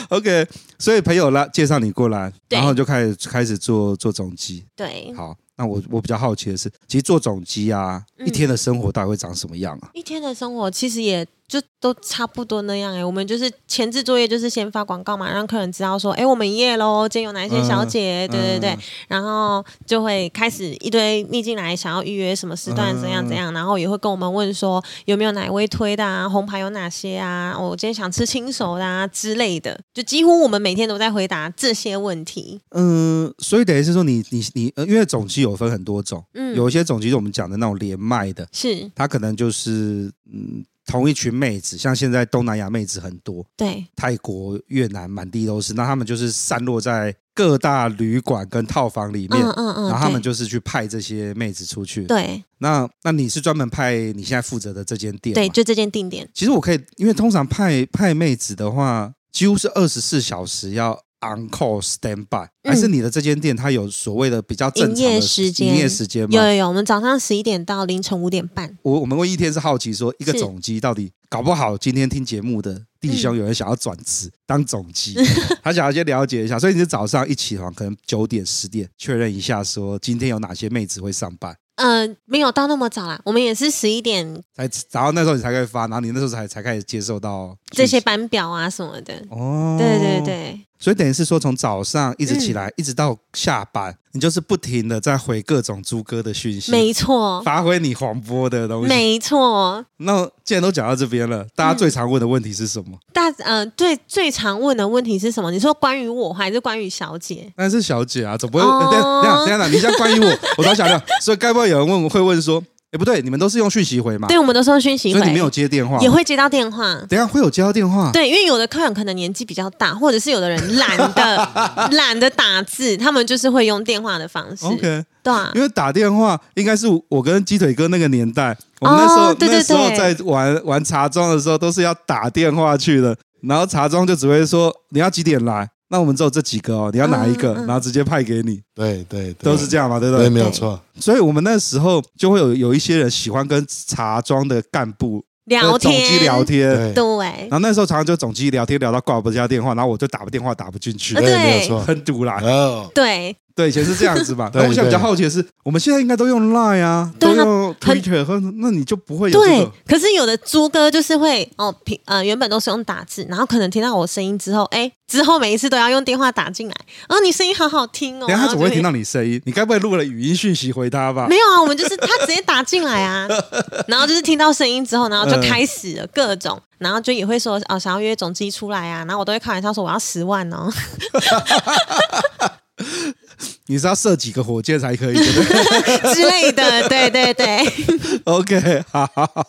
A: OK，所以朋友拉介绍你过来，
D: 对嗯
A: 然后就开始开始做做总机。
D: 对，
A: 好，那我我比较好奇的是，其实做总机啊，
D: 嗯
A: 一天的生活到底会长什么样啊？
D: 一天的生活其实也就都差不多那样哎、我们就是前置作业就是先发广告嘛，让客人知道说，哎、我们营业喽，今天有哪一些小
A: 嗯
D: 姐，对对对，
A: 嗯
D: 然后就会开始一堆逆进来想要预约什么时段
A: 嗯
D: 怎样怎样，然后也会跟我们问说有没有哪一位推的啊，红牌有哪些啊，我今天想吃清熟的啊之类的，就几乎我们每天都在回答这些问题。
A: 嗯，所以等于是说你，你你呃因为总机有分很多种，
D: 嗯，
A: 有一些总机是我们讲的那种连麦的，
D: 是
A: 它可能就是嗯同一群妹子，像现在东南亚妹子很多，
D: 对
A: 泰国、越南满地都是，那他们就是散落在各大旅馆跟套房里面，
D: 嗯嗯嗯
A: 然后他们
D: 对
A: 就是去派这些妹子出去。
D: 对
A: 那那你是专门派你现在负责的这间店？
D: 对，。就这间定点。
A: 其实我可以，因为通常派派妹子的话，几乎是二十四小时要 on call stand by，、
D: 嗯
A: 还是你的这间店它有所谓的比较正常的
D: 营业时间
A: 营业时间
D: 有
A: 吗？
D: 有有，我们早上十一点到凌晨五点半。
A: 我我们会一天是好奇说，一个
D: 是嗯
A: 总机到底搞不好今天听节目的弟兄有人想要转职、当总
D: <laughs>
A: 机，他想要先了解一下，所以你是早上一起床可能九点十点确认一下说今天有哪些妹子会上班。
D: 呃，没有到那么早啦，我们也是十一点，
A: 才，然后那时候你才可以发，然后你那时候才才开始接受到
D: 这些班表啊什么的。
A: 哦，
D: 对对。嗯对，
A: 所以等于是说，从早上一直起来，一直到下班，你就是不停的在回各种猪哥的讯息，
D: 没错，
A: 发挥你黄波的东西。
D: 没嗯错。
A: 那既然都讲到这边了，大家最常问的问题是什么？
D: 大呃，最最常问的问题是什么？你说关于我还是关于小姐？
A: 但是小姐啊，总不会？
D: 哦
A: 等一下等一下等一下，你像关于我，我倒想想，所以该不会有人问会问说，哎，不对，你们都是用讯息回吗？
D: 对，我们都是用讯息
A: 啊所以
D: 回，
A: 你没有接电话，啊
D: 也会接到电话。
A: 等一下会有接到电话，
D: 对，因为有的客人可能年纪比较大，或者是有的人懒得
A: <laughs>
D: 懒得打字，他们就是会用电话的方式。
A: ，OK。
D: 对啊
A: 因，为打电话应该是我跟鸡腿哥那个年代，我们那时候、
D: 哦对对
A: 那时候
D: 对
A: 在玩玩茶庄的时候，都是要打电话去的。然后茶庄就只会说你要几点来，那我们只有这几个哦，你要哪一个，
D: 嗯嗯嗯
A: 然后直接派给你，
C: 对对，对
A: 都是这样嘛，对不
C: 对，
A: 对？
C: 没有错，
A: 所以我们那时候就会有有一些人喜欢跟茶庄的干部、
D: 聊
A: 跟总
D: 天
A: 机聊天。
C: 对
D: 对，
A: 然后那时候常常就总机聊天聊到挂不下电话，然后我就打不电话打不进去
D: 啊，
C: 对，没有错。
A: 很堵啦。
C: 哦，
D: 对，
A: 对，以前是这样子
C: <laughs>
A: 嘛。
C: 对
A: 那我现在比较
C: 对
A: 好奇的是，我们现在应该都用 Line 啊，
D: 对
A: 都
D: 啊
A: 用
D: 很
A: Twitter，和那你就不会有这
D: 对
A: 个。，
D: 可是有的猪哥就是会哦，平呃原本都是用打字，然后可能听到我声音之后，哎，之后每一次都要用电话打进来，哦，你声音好好听哦。
A: 等一下他总
D: 然后
A: 会
D: 就
A: 听到你声音，你该不会录了语音讯息回他吧？
D: 没有啊，我们就是他直接打进来啊，
A: <laughs>
D: 然后就是听到声音之后，然后就开始了各种，然后就也会说哦，想要约总机出来啊，然后我都会开玩笑说我要十万
A: <laughs>
D: 哦，
A: 你是要射几个火箭才可以？对不对
D: 之类的，对对对，
A: OK，好 <laughs> 好好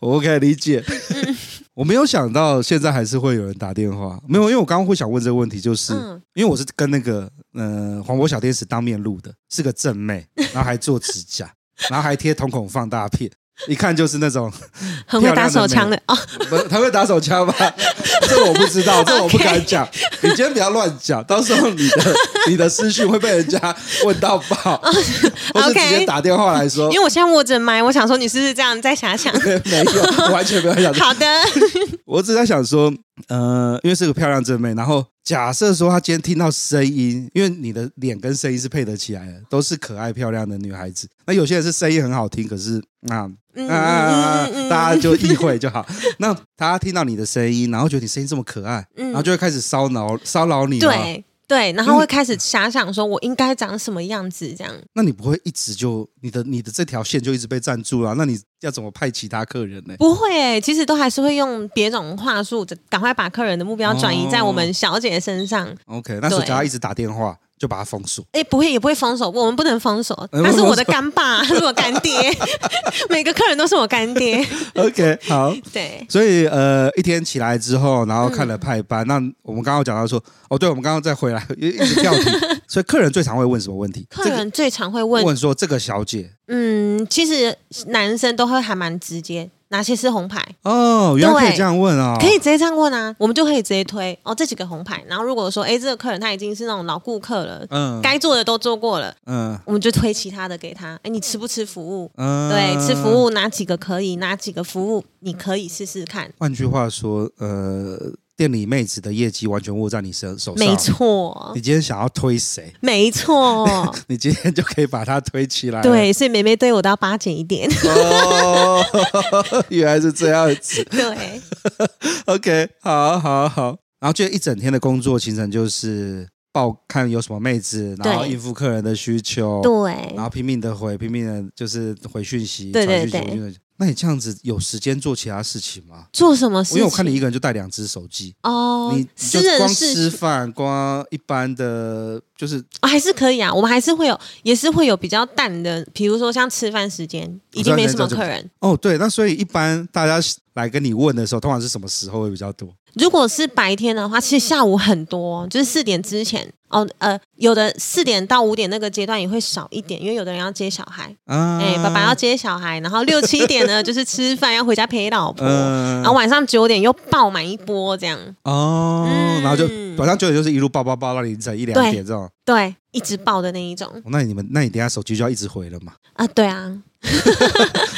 A: 我，OK，理解。
D: 嗯
A: 我没有想到现在还是会有人打电话，没有，因为我刚刚会想问这个问题，就是、
D: 嗯
A: 因为我是跟那个呃黄渤小天使当面录的，是个正妹，然后还做指甲，然后还贴瞳孔放大片，一看就是那种
D: 很会打手枪的哦，
A: 不，他会打手枪吗？ <laughs> 这我不知
D: <laughs>
A: 道，这我不敢讲。你今天不要乱讲，到时候你的你的私讯会被人家问到爆，
D: <laughs>
A: 或是直接打电话来说
D: 哦因为我现在握着麦，我想说你是不是这样？你再
A: <laughs>
D: 想想，
A: 没有，完全没有想到。
D: 好的，
A: 我只在想说，呃，因为是个漂亮正妹，然后假设说她今天听到声音，因为你的脸跟声音是配得起来的，都是可爱漂亮的女孩子。那有些人是声音很好听，可是啊
D: 嗯
A: 啊啊
D: 嗯嗯嗯，
A: 大家就意会就好。那他听到你的声音，然后觉得你声音这么可爱，
D: 嗯
A: 然后就会开始骚扰骚扰你。，
D: 对对，然后会开始遐想说我应该长什么样子这样。
A: 那你不会一直就你的你的这条线就一直被占住了、那你要怎么派其他客人呢？
D: 不会诶、其实都还是会用别种话术，赶快把客人的目标转移在我
A: 哦
D: 们小姐身上。
A: OK，那时候
D: 对
A: 叫他一直打电话，就把他封锁。
D: 哎、不会，也不会封锁，我们不能封锁。
A: 呃
D: 他是我的
A: 不 <laughs>
D: 干爸，他是我干爹， <laughs> 每个客人都是我干爹。
A: OK，好。
D: 对，
A: 所以呃，一天起来之后，然后看了派班，那我们刚刚讲到说，哦，对，我们刚刚再回来，一直跳题。所以客人最常会问什么问题？
D: 客人最常会
A: 这
D: 问，
A: 个问说这个小姐
D: 嗯，其实男生都会还蛮直接，哪些是红牌，
A: 哦，原来可以
D: 对
A: 这样问啊、
D: 可以直接这样问啊，我们就可以直接推哦，这几个红牌。然后如果说，哎、这个客人他已经是那种老顾客了，
A: 嗯，
D: 该做的都做过了，
A: 嗯
D: 我们就推其他的给他。哎、你吃不吃服务？
A: 嗯，
D: 对，吃服。务哪几个可以，哪几个服务你可以试试看。
A: 换句话说，呃，店里妹子的业绩完全握在你手手上。
D: 没。错
A: 你，今天想要推谁，
D: 没
A: <laughs>
D: 错，
A: 你今天就可以把她推起来。。
D: 对，所以妹妹对我都要巴结一
A: <laughs>
D: 点。
A: 哦， <laughs> 原来是这样子。
D: 对，
A: OK，好，好，好。然后就一整天的工作行程就是报看有什么妹子，然后
D: 对
A: 应付客人的需求，
D: 对
A: 然，后拼命的回，拼命的就是回讯息，
D: 对对
A: 传讯息
D: 对
A: 回讯息。那你这样子有时间做其他事情吗？
D: 做什么事
A: 因为
D: 情？
A: 我看你一个人就带两只手机，
D: 哦
A: 你，你就
D: 私人
A: 光
D: 事
A: 吃
D: 情
A: 饭，光一般的就是
D: 哦还是可以啊，我们还是会有，也是会有比较淡的，比如说像吃饭时间，已经没什么客人。
A: 哦，对，那所以一般大家来跟你问的时候，通常是什么时候会比较多？
D: 如果是白天的话，其实下午很多，就是四点之前哦，呃，有的四点到五点那个阶段也会少一点，因为有的人要接小孩，
A: 啊，
D: 哎、爸爸要接小孩，然后六七点呢就是吃饭要回家陪老婆，
A: 嗯
D: 然后晚上九点又爆满一波这样，
A: 哦，
D: 嗯
A: 然后就晚上九点就是一路抱抱抱到凌晨一两
D: 对
A: 点这种。哦
D: 对，一直爆的那一种
A: 那你们，那你等一下手机就要一直回了 <laughs> 嘛？
D: 啊，对啊，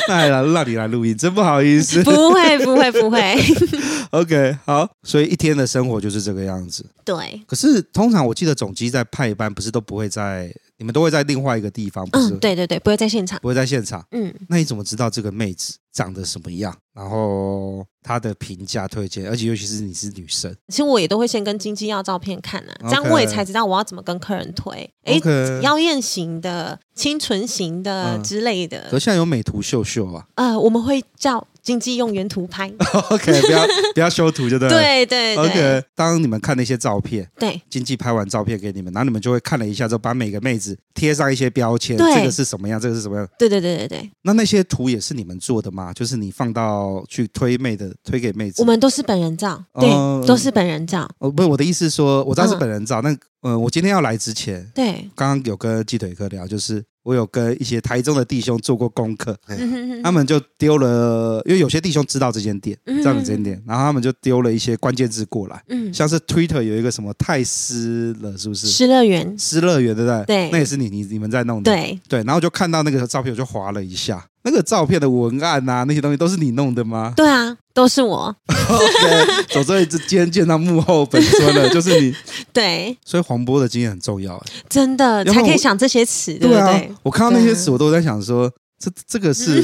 A: 那还来让你来录音，真不好意思。
D: <laughs> 不会不会不会，
A: <laughs> OK，好，所以一天的生活就是这个样子。
D: 对，
A: 可是通常我记得总机在派班不是都不会在你们都会在另外一个地方，不是？
D: 嗯，，对对对，不会在现场。
A: 不会在现场。
D: 嗯，
A: 那你怎么知道这个妹子长得什么样？然后她的评价推荐，而且尤其是你是女生
D: 其实我也都会先跟经纪要照片看啊，这样
A: OK
D: 我也才知道我要怎么跟客人推。哎
A: OK
D: 妖艳型的、清纯型的
A: 嗯
D: 之类的，
A: 可现在有美图秀秀啊 <laughs>
D: 呃，我们会叫经纪用原图拍。
A: ，OK，不要不要修图，就 <laughs> 对了。
D: 对对对
A: OK，当你们看那些照片，
D: 对
A: 经纪拍完照片给你们，然后你们就会看了一下之后，把每个妹子贴上一些标签，
D: 对
A: 这个是什么样，这个是什么样。
D: 对对对对对，
A: 那那些图也是你们做的吗？就是你放到去推妹的，推给妹子。
D: 我们都是本人照，
A: 哦
D: 对，都是本人照，
A: 哦，不是我的意思是说，我知道是
D: 嗯
A: 本人照，那呃，我今天要来之前，
D: 对。
A: 刚刚有跟鸡腿哥聊，就是我有跟一些台中的弟兄做过功课，
D: 嗯哼哼
A: 他们就丢了，因为有些弟兄知道这间店，
D: 嗯
A: 知道你这间店，然后他们就丢了一些关键字过来，
D: 嗯，
A: 像是 Twitter 有一个什么泰斯了，是不是？
D: 失乐园，
A: 失乐园对不对？
D: 对
A: 那也是你你你们在弄的，
D: 对
A: 对。然后就看到那个照片，我就划了一下，那个照片的文案啊，那些东西都是你弄的
D: <laughs>
A: 吗？
D: 对啊，都是我，
A: OK，走这一之间见到幕后本尊了，就是你。
D: 对，
A: 所以黄波的经验很重要、欸，
D: 真的
A: 要不然
D: 才可以
A: 我
D: 想这些词，对不
A: 啊
D: 对？，
A: 我看到那些词，
D: 对啊
A: 我都在想说，这这个
D: <laughs>
A: 是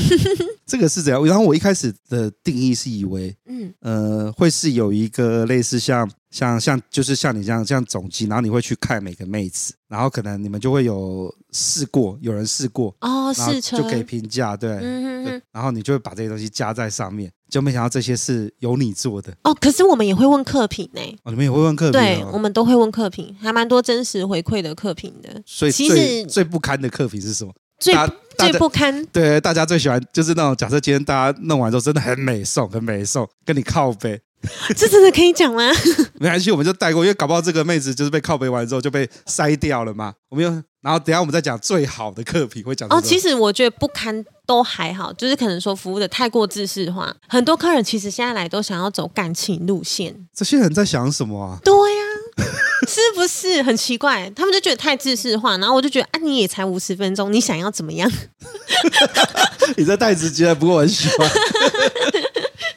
A: 这个是怎样？然后我一开始的定义是以为，
D: 嗯，
A: 呃，会是有一个类似像像像就是像你这样这样总机，然后你会去看每个妹子，然后可能你们就会有试过，有人试过，
D: 哦，
A: 然后
D: 试车
A: 就给评价，对。
D: 嗯哼
A: 对
D: 哼，
A: 然后你就会把这些东西加在上面，就没想到这些是由你做的
D: 哦，可是我们也会问客品呢、
A: 哦。你们也会问客评、
D: 对，
A: 哦，
D: 我们都会问客评，还蛮多真实回馈的客评的。
A: 所以
D: 其
A: 最
D: 实
A: 最不堪的客评是什么？
D: 最
A: 大大
D: 最
A: 家
D: 不堪， <laughs>
A: 对大家最喜欢就是那种假设今天大家弄完之后真的很美送，很美送，跟你靠背
D: 这真的可以
A: <laughs>
D: 讲吗？
A: 没关系，我们就带过，因为搞不好这个妹子就是被靠背完之后就被筛掉了嘛。我们又然后等一下我们再讲最好的客评会讲
D: 哦，其
A: 实
D: 实我觉得不堪都还好，就是可能说服务的太过自式化，很多客人其实现在来都想要走感情路线，
A: 这些人在想什么啊？<laughs>
D: 对呀、是不是很奇怪？他们就觉得太自式化，然后我就觉得啊，你也才五十分钟，你想要怎么样？
A: 你这太直接了，不过我很喜欢。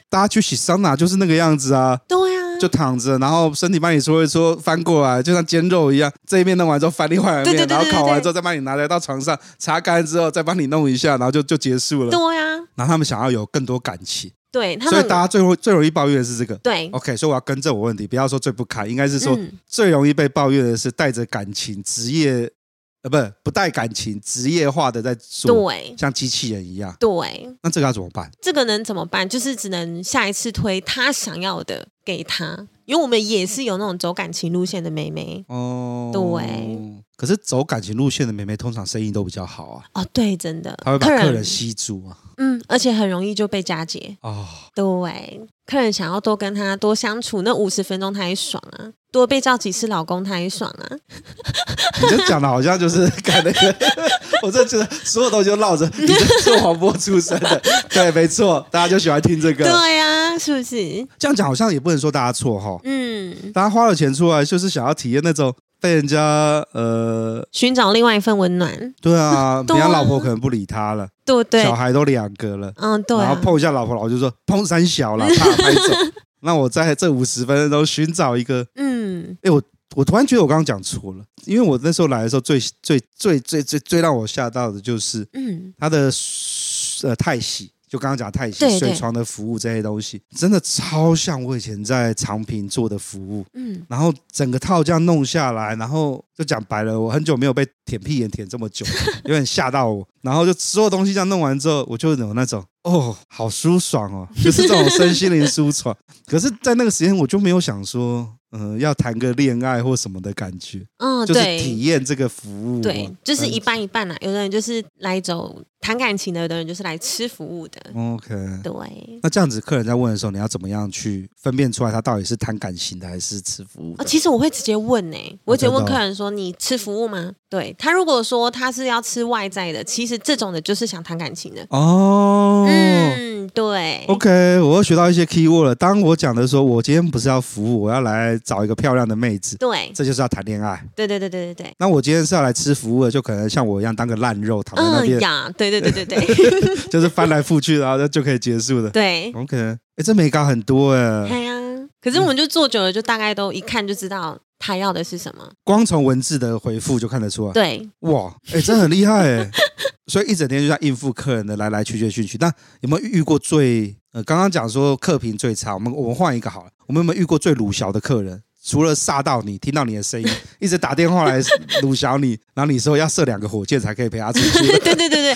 A: 大家去洗桑拿就是那个样子啊，
D: 对呀、
A: 就躺着，然后身体帮你搓一搓，翻过来，就像煎肉一样，这一面弄完之后翻另外一面，
D: 对对对对
A: 然后烤
D: 对
A: 完
D: 对
A: 之后再帮你拿来到床上擦干之后，再帮你弄一下，然后就就结束了。
D: 对呀、
A: 然后他们想要有更多感情，
D: 对他
A: 所以大
D: 们
A: 家哦最会最容易抱怨的是这个。
D: 对
A: OK，所以我要更正我问题，不要说最不堪，应该是说
D: 嗯
A: 最容易被抱怨的是带着感情、职业呃不不带感情、职业化的在做，
D: 对
A: 像机器人一样。
D: 对，
A: 那这个要怎么办？
D: 这个能怎么办？就是只能下一次推他想要的给他，因为我们也是有那种走感情路线的妹妹。
A: 哦，
D: 对。
A: 可是走感情路线的妹妹，通常生意都比较好啊，
D: 哦，对，真的，
A: 她会把客人吸住啊。
D: 嗯，而且很容易就被加结。
A: 哦，
D: 对，客人想要多跟他多相处，那五十分钟他也爽啊，多被叫几次老公他也爽啊。
A: 你这讲的好像就是干那个， <laughs> 我真的觉得所有东西都绕着你这 <laughs> 做黄波出身的，对，没错，大家就喜欢听这个。
D: 对呀、是不是？
A: 这样讲好像也不能说大家错哈，
D: 嗯，
A: 大家花了钱出来就是想要体验那种被人家呃，
D: 寻找另外一份温暖，
A: 对啊，
D: <laughs> 对
A: 人
D: 啊
A: 家老婆可能不理他了，
D: 对不对
A: 小？孩都两个了，
D: 嗯，对、
A: 然后
D: 啊，
A: 碰一下老婆，老婆就说碰三小
D: <laughs>
A: 了，啪拍走。那我在这五十分钟寻找一个，
D: 嗯，
A: 哎，我我突然觉得我刚刚讲错了，因为我那时候来的时候最最最最最最让我吓到的就是
D: 嗯，
A: 他的呃泰系，就刚刚讲泰
D: 对
A: 系
D: 对
A: 水床的服务这些东西，真的超像我以前在长平做的服务。
D: 嗯，
A: 然后整个套这样弄下来，然后就讲白了，我很久没有被舔屁眼舔这么久，
D: <laughs>
A: 有点吓到我。然后就所有东西这样弄完之后，我就有那种哦，好舒爽
D: <laughs>
A: 哦，就是这种身心灵舒爽。可是，在那个时间，我就没有想说，嗯、要谈个恋爱或什么的感觉，
D: 嗯，
A: 就是
D: 对，
A: 体验这个服务哦。
D: 对，就是一
A: 嗯。
D: 半一半啦、有的人就是来走谈感情的，有的人就是来吃服务的。
A: 嗯 OK，
D: 对，
A: 那这样子，客人在问的时候，你要怎么样去分辨出来他到底是谈感情的还是吃服务
D: 哦，
A: 的？
D: 其实我会直接问呢、我会直接问
A: 真的
D: 客
A: 哦
D: 人说：“你吃服务吗？”对他如果说他是要吃外在的，其实这种的就是想谈感情的。
A: 哦，
D: 嗯，对
A: OK，我又学到一些 key word 了。当我讲的说，我今天不是要服务，我要来找一个漂亮的妹子，
D: 对
A: 这就是要谈恋爱。
D: 对对对对对对，
A: 那我今天是要来吃服务的，就可能像我一样当个烂肉躺在那
D: 嗯
A: 边，
D: 呀，对对对对对
A: <laughs> 就是翻来覆去，然后就可以结束的。<laughs>
D: <laughs> 对，
A: OK，哎，这美感很多哎、
D: 哎呀，可是我们就做久了，就大概都一看就知道他要的是什么。
A: 光从文字的回复就看得出来。
D: 对，
A: 哇，哎、真的很厉害
D: <laughs>
A: 哎！所以一整天就在应付客人的来来去去去去。那有没有遇过最呃，刚刚讲说客评最差，我们我们换一个好了。我们有没有遇过最鲁小的客人？除了煞到你，听到你的声音，一直打电话来鲁小你，然后你说要射两个火箭才可以陪他出去。
D: <laughs> 对啊对对对。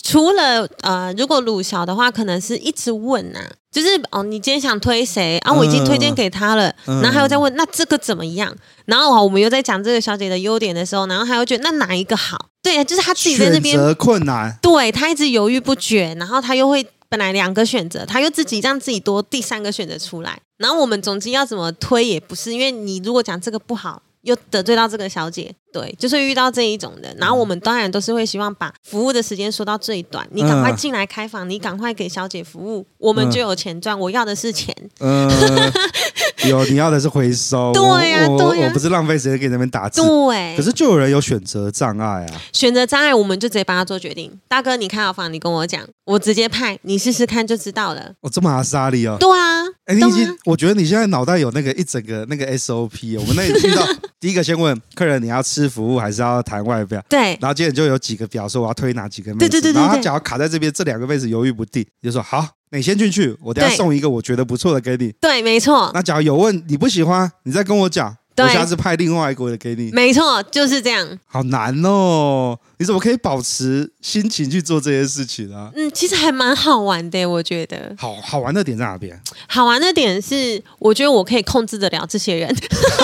D: 除了呃，如果鲁小的话，可能是一直问呐、就是哦，你今天想推谁啊？我已经推荐给他了，
A: 嗯
D: 然后还有在问那这个怎么样？然后哦我们又在讲这个小姐的优点的时候，然后还有觉得那哪一个好？对，啊就是他自己在那
A: 选
D: 边
A: 择困难，
D: 对他一直犹豫不决，然后他又会本来两个选择，他又自己让自己多第三个选择出来。然后我们总之要怎么推也不是，因为你如果讲这个不好，又得罪到这个小姐，对，就是会遇到这一种的。然后我们当然都是会希望把服务的时间缩到最短，你赶快
A: 嗯
D: 进来开房，你赶快给小姐服务，我们
A: 嗯
D: 就有钱赚。我要的是钱，
A: 呃，有你要的是回收，
D: 对呀
A: 我我
D: 对呀
A: 我不是浪费时间给你那边打字。
D: 对。
A: 可是就有人有选择障碍啊，
D: 选择障碍，我们就直接帮他做决定。大哥，你开好房，你跟我讲，我直接派你试试看就知道了。
A: 哦，这么阿莎莉哦，
D: 对啊，
A: 哎、你
D: 对
A: 已
D: 啊
A: 经，我觉得你现在脑袋有那个一整个那个欸 SOP。我们那里遇到第一个先问客人你要吃服务还是要谈外表，
D: 对，啊
A: 然后接着就有几个表说我要推哪几个妹子，
D: 对对对对
A: 然后他
D: 对
A: 只要卡在这边，这两个妹子犹豫不定，你就说好，你先进去，我等下
D: 对
A: 送一个我觉得不错的给你。
D: 对，没错，
A: 那假如有问你不喜欢，你再跟我讲，
D: 对
A: 我下次派另外一个的给你。
D: 没错，就是这样。
A: 好难哦，你怎么可以保持心情去做这些事情啊？
D: 嗯，其实还蛮好玩的，我觉得
A: 好好玩的点在哪边？
D: 好玩的点是，我觉得我可以控制得了这些人， <laughs>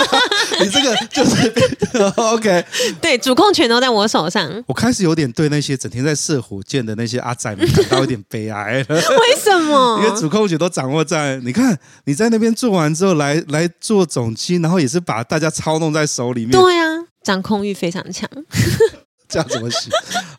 A: 你这个就是 <laughs> 哦 OK，
D: 对，主控权都在我手上。
A: <laughs> 我开始有点对那些整天在射火箭的那些阿仔们感到有点悲哀了，
D: <laughs> 为什么
A: 因？为主控权都掌握在你看你在那边做完之后来来做总机，然后也是把大家操弄在手里面，
D: 对啊，掌控欲非常强。
A: 这样怎么行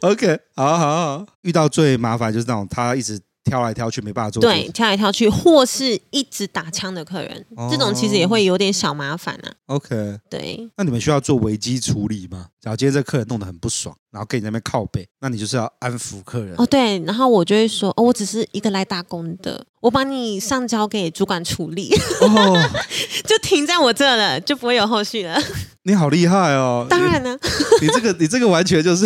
A: ？OK，好好好，遇到最麻烦就是那种他一直挑来挑去没办法做决
D: 对，
A: 定。
D: 跳来跳去，或是一直打枪的客人，
A: 哦
D: 这种其实也会有点小麻烦啊。
A: OK，
D: 对，
A: 那你们需要做危机处理吗？假如今天这客人弄得很不爽，然后跟你在那边靠背，那你就是要安抚客人。
D: 哦对，然后我就会说，哦，我只是一个来打工的，我把你上交给主管处理， <laughs>
A: 哦，
D: 就停在我这了，就不会有后续了。
A: 你好厉害哦！
D: 当然呢，
A: <laughs> 你这个你这个完全就是，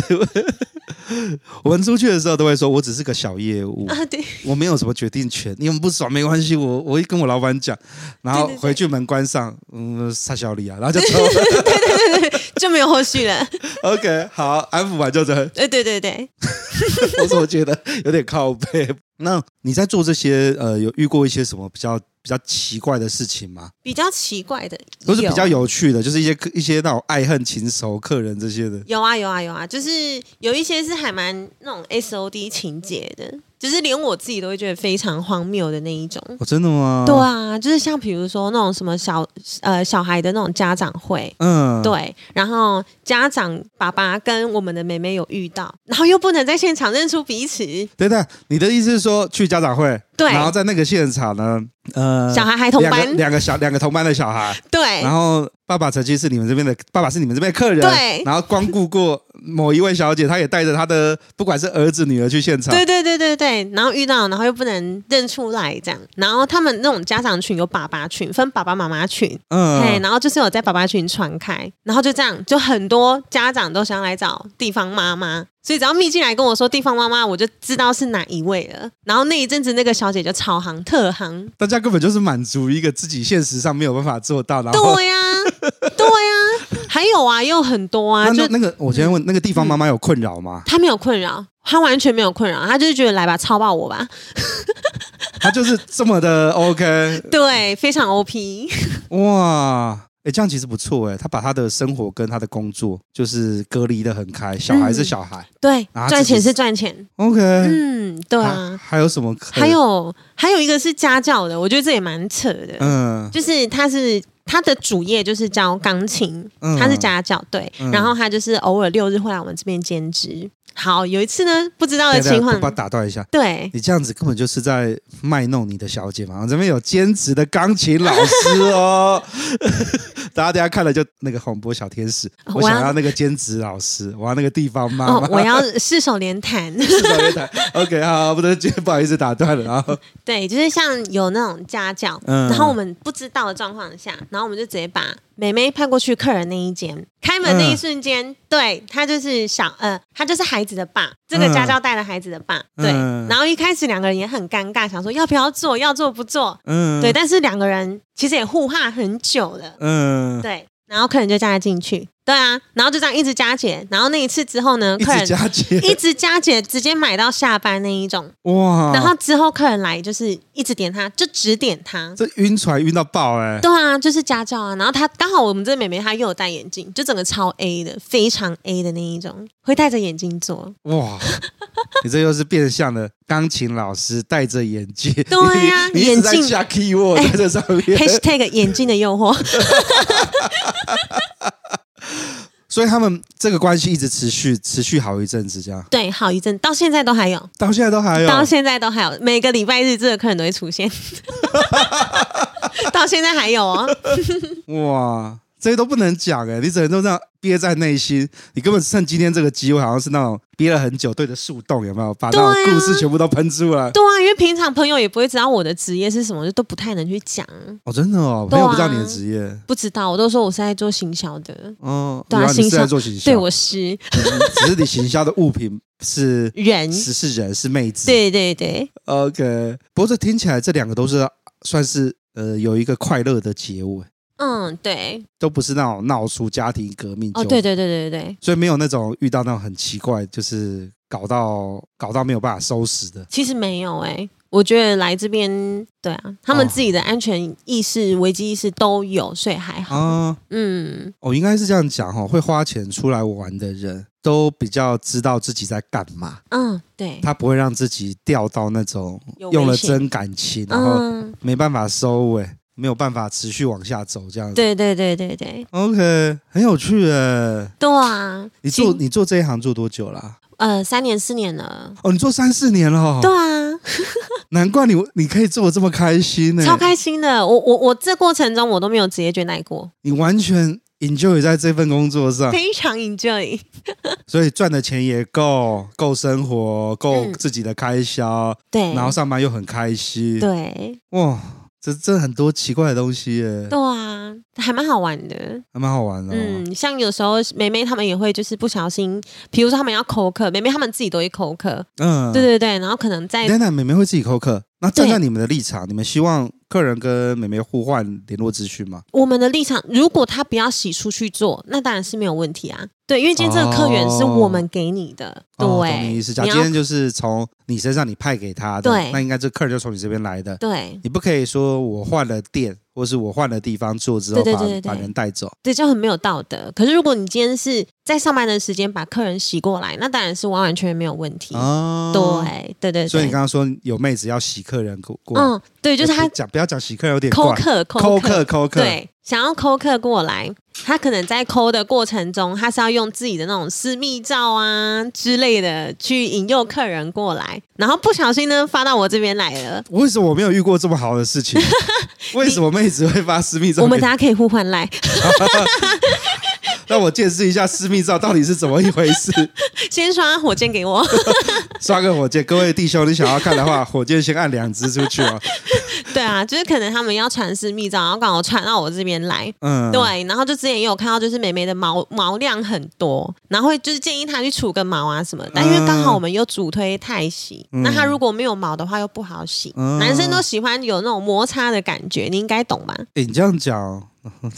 A: <laughs> 我们出去的时候都会说，我只是个小业务，
D: 啊对， <laughs>
A: 我没有什么决定权，你们不爽没关系，我我会跟我老板讲，然后
D: 对对对
A: 回去门关上，嗯，撒小李啊，然后
D: <laughs>
A: 就走了。
D: 就没有后续了。
A: OK，好，安抚完就走。
D: 对对对对，
A: 我怎么觉得有点靠背？那你在做这些呃，有遇过一些什么比较比较奇怪的事情吗？
D: 比较奇怪的，
A: 都是比较有趣的，就是一些客一些那种爱恨情仇客人这些的。
D: 有啊有啊有啊，就是有一些是还蛮那种 S O D 情节的，就是连我自己都会觉得非常荒谬的那一种。
A: 哦，真的吗？
D: 对，啊，就是像比如说那种什么小呃小孩的那种家长会。
A: 嗯，
D: 对，然后家长爸爸跟我们的妹妹有遇到，然后又不能在现场认出彼此，
A: 对对，你的意思是说去家长会，
D: 对
A: 然后在那个现场呢，呃，
D: 小孩还同
A: 两个
D: 班，哎
A: 两个小两个同班的小孩，
D: 对
A: 然后爸爸曾经是你们这边的，爸爸是你们这边的客人，
D: 对
A: 然后光顾过某一位小姐，她也带着她的不管是儿子女儿去现场，
D: 对对对对对，然后遇到，然后又不能认出来这样，然后他们那种家长群有爸爸群，分爸爸妈妈群，哎，
A: 嗯，
D: 然后就是有在爸爸群传开，然后就这样，就很多家长都想来找地方妈妈，所以只要密进来跟我说地方妈妈，我就知道是哪一位了。然后那一阵子那个小姐就超行特行，
A: 大家根本就是满足一个自己现实上没有办法做到，然后。
D: 对呀、啊对呀、还有啊，也有很多啊，
A: 那
D: 就
A: 那那个，我先问，那个地方妈妈有困扰吗？
D: 她没有困扰，她完全没有困扰，她就是觉得来吧，超爆我吧，
A: <laughs> 她就是这么的 OK，
D: 对，非常 OP，
A: 哇，哎，这样其实不错哎，她把她的生活跟她的工作就是隔离的很开，小孩是
D: 嗯
A: 小孩
D: 对
A: 啊，
D: 赚
A: 这
D: 钱
A: 是
D: 是赚钱，
A: ，OK，
D: 嗯，对
A: 还
D: 啊，
A: 还有什么可？
D: 还有还有一个是家教的，我觉得这也蛮扯的，
A: 嗯
D: 就是他是他的主业就是教钢琴，
A: 嗯
D: 他是家教对，
A: 嗯
D: 然后他就是偶尔六日会来我们这边兼职。好，有一次呢，不知道的
A: 等一下
D: 情
A: 我把
D: 况，
A: 打断一下，
D: 对
A: 你这样子根本就是在卖弄你的小姐嘛！我这边有兼职的钢琴老师哦，大家等一下看了就那个洪波小天使，我
D: 我要
A: 想要那个兼职老师，我要那个地方妈
D: 哦
A: 妈，。
D: 我要四手连弹， <laughs>
A: 是小天才 OK，好，不能不好意思打断了啊。
D: 对，就是像有那种家教，
A: 嗯
D: 然后我们不知道的状况下，然后我们就直接把美妹派过去客人那一间，开门那一瞬间，对他就是小呃，他就是孩子的爸，这个家教带了孩子的爸，对。
A: 嗯
D: 然后一开始两个人也很尴尬，想说要不要做，要做不做，
A: 嗯
D: 对。但是两个人其实也互骂很久了，
A: 嗯，
D: 对。然后客人就叫他进去，对啊，然后就这样一直加减。然后那一次之后呢，
A: 一
D: 客
A: 直
D: 人
A: 加钱，
D: 一直加减，直接买到下班那一种。
A: 哇，
D: 然后之后客人来就是一直点他，就只点他。
A: 这晕船晕到爆哎，
D: 对啊，就是家教啊。然后他刚好我们这妹妹她又有戴眼镜，就整个超 A 的，非常 A 的那一种，会戴着眼镜
A: <laughs>
D: 做。
A: 哇，你这又是变相的钢琴老师戴着眼镜，
D: 对呀
A: <laughs> 你你一直在
D: 眼镜
A: 下
D: 哎
A: keyword 在这上面，
D: <laughs> #hashtag 眼镜的诱惑，
A: <laughs>
D: <laughs>
A: 所以他们这个关系一直持续持续好一阵子，这样
D: 对，好一阵，到现在都还有，
A: 到现在都还有，
D: 到现在都还有，每个礼拜日这个客人都会出现， <laughs> 到现在还有哦。
A: 哇，这些都不能讲哎，你只能都这样憋在内心。你根本趁今天这个机会，好像是那种憋了很久对着树洞，有没有把那种
D: 对啊
A: 故事全部都喷出来？
D: 对啊，因为平常朋友也不会知道我的职业是什么，就都不太能去讲。
A: 哦，真的哦，
D: 对
A: 朋
D: 啊
A: 友不知道你的职业
D: 不知道，我都说我是在做行销的，
A: 哦，
D: 对啊
A: 原来你是
D: 行销
A: 在做行销，
D: 对我是
A: 嗯只是你行销的物品是
D: 人，
A: 是是人是妹子，
D: 对对对，
A: ，OK。不过这听起来这两个都是算是呃有一个快乐的结尾，
D: 嗯，对，
A: 都不是那种闹出家庭革命
D: 哦，
A: 纠
D: 对对对对对，
A: 所以没有那种遇到那种很奇怪，就是搞到搞到没有办法收拾的。
D: 其实没有哎、我觉得来这边，对啊，他们
A: 哦
D: 自己的安全意识、危机意识都有，所以还好。
A: 啊，
D: 嗯，
A: 我、应该是这样讲哈、哦，会花钱出来玩的人都比较知道自己在干嘛，
D: 嗯，对，
A: 他不会让自己掉到那种
D: 有危
A: 用了
D: 险
A: 真感情，然后
D: 嗯，
A: 没办法收尾，没有办法持续往下走这样子。
D: 对对对对对，
A: OK，很有趣诶。
D: 对啊，
A: 你做
D: 其
A: 你做这一行做多久啦、
D: 呃三年四年了，
A: 哦，你做三四年了、
D: 对
A: 哦，
D: 啊，
A: 难怪你你可以做的这么开心呢、
D: 超开心的。我我我这过程中我都没有职业倦怠过，
A: 你完全 enjoy 在这份工作上，
D: 非常 enjoy。
A: 所以赚的钱也够，够生活，够
D: 嗯
A: 自己的开销，
D: 对，
A: 然后上班又很开心。，
D: 对
A: 哇，这真的很多奇怪的东西耶，
D: 对啊，还蛮好玩的。
A: 还蛮好玩的、哦。
D: 嗯，像有时候梅梅他们也会就是不小心，比如说他们要口渴，梅梅他们自己都会口渴，
A: 嗯，
D: 对。对对，然后可能在
A: 等等，美眉会自己扣客。那站
D: 哎对
A: 在你们的立场，你们希望客人跟美眉互换联络资讯吗？
D: 我们的立场，如果他不要洗出去做，那当然是没有问题啊。对，因为今天这个客源是我们给你的，
A: 哦
D: 对，
A: 懂你意思。假
D: 你
A: 如
D: 要
A: 今天就是从你身上你派给他的，
D: 对
A: 那应该这客人就从你这边来的。
D: 对，
A: 你不可以说我换了店，或是我换了地方做之后
D: 对对
A: 把
D: 对对
A: 把
D: 对
A: 人带走。
D: 这就很没有道德。可是如果你今天是在上班的时间把客人洗过来，那当然是完完全全没有问题。
A: 哦，
D: 对，对对
A: 所以你
D: 对，
A: 刚刚说有妹子要洗客人过过来，
D: 嗯，对，就是他
A: 讲不要讲洗客人有点
D: 抠
A: 怪，
D: 客
A: 抠
D: 客
A: 客抠客，，
D: 对，想要抠客过来，他可能在抠的过程中，他是要用自己的那种私密照啊之类的去引诱客人过来，然后不小心呢发到我这边来了。
A: 为什么我没有遇过这么好的事
D: <laughs>
A: 情？为什么妹子会发私密照？
D: 我们大家可以互换来，
A: 让我见识一下私密照到底是怎么一回事。
D: 先刷火箭给我。 <laughs>
A: 刷个火箭，各位弟兄，你想要看的话，火箭先按两只出去
D: <laughs>
A: 哦。
D: 对啊，就是可能他们要传私密照，然后刚好传到我这边来。
A: 嗯，
D: 对，然后就之前也有看到，就是美眉的毛毛量很多，然后会就是建议她去除个毛啊什么的。但因为刚好我们又主推泰洗，那她如果没有毛的话又不好洗。
A: 嗯
D: 男生都喜欢有那种摩擦的感觉，你应该懂吧？
A: 诶你这样讲，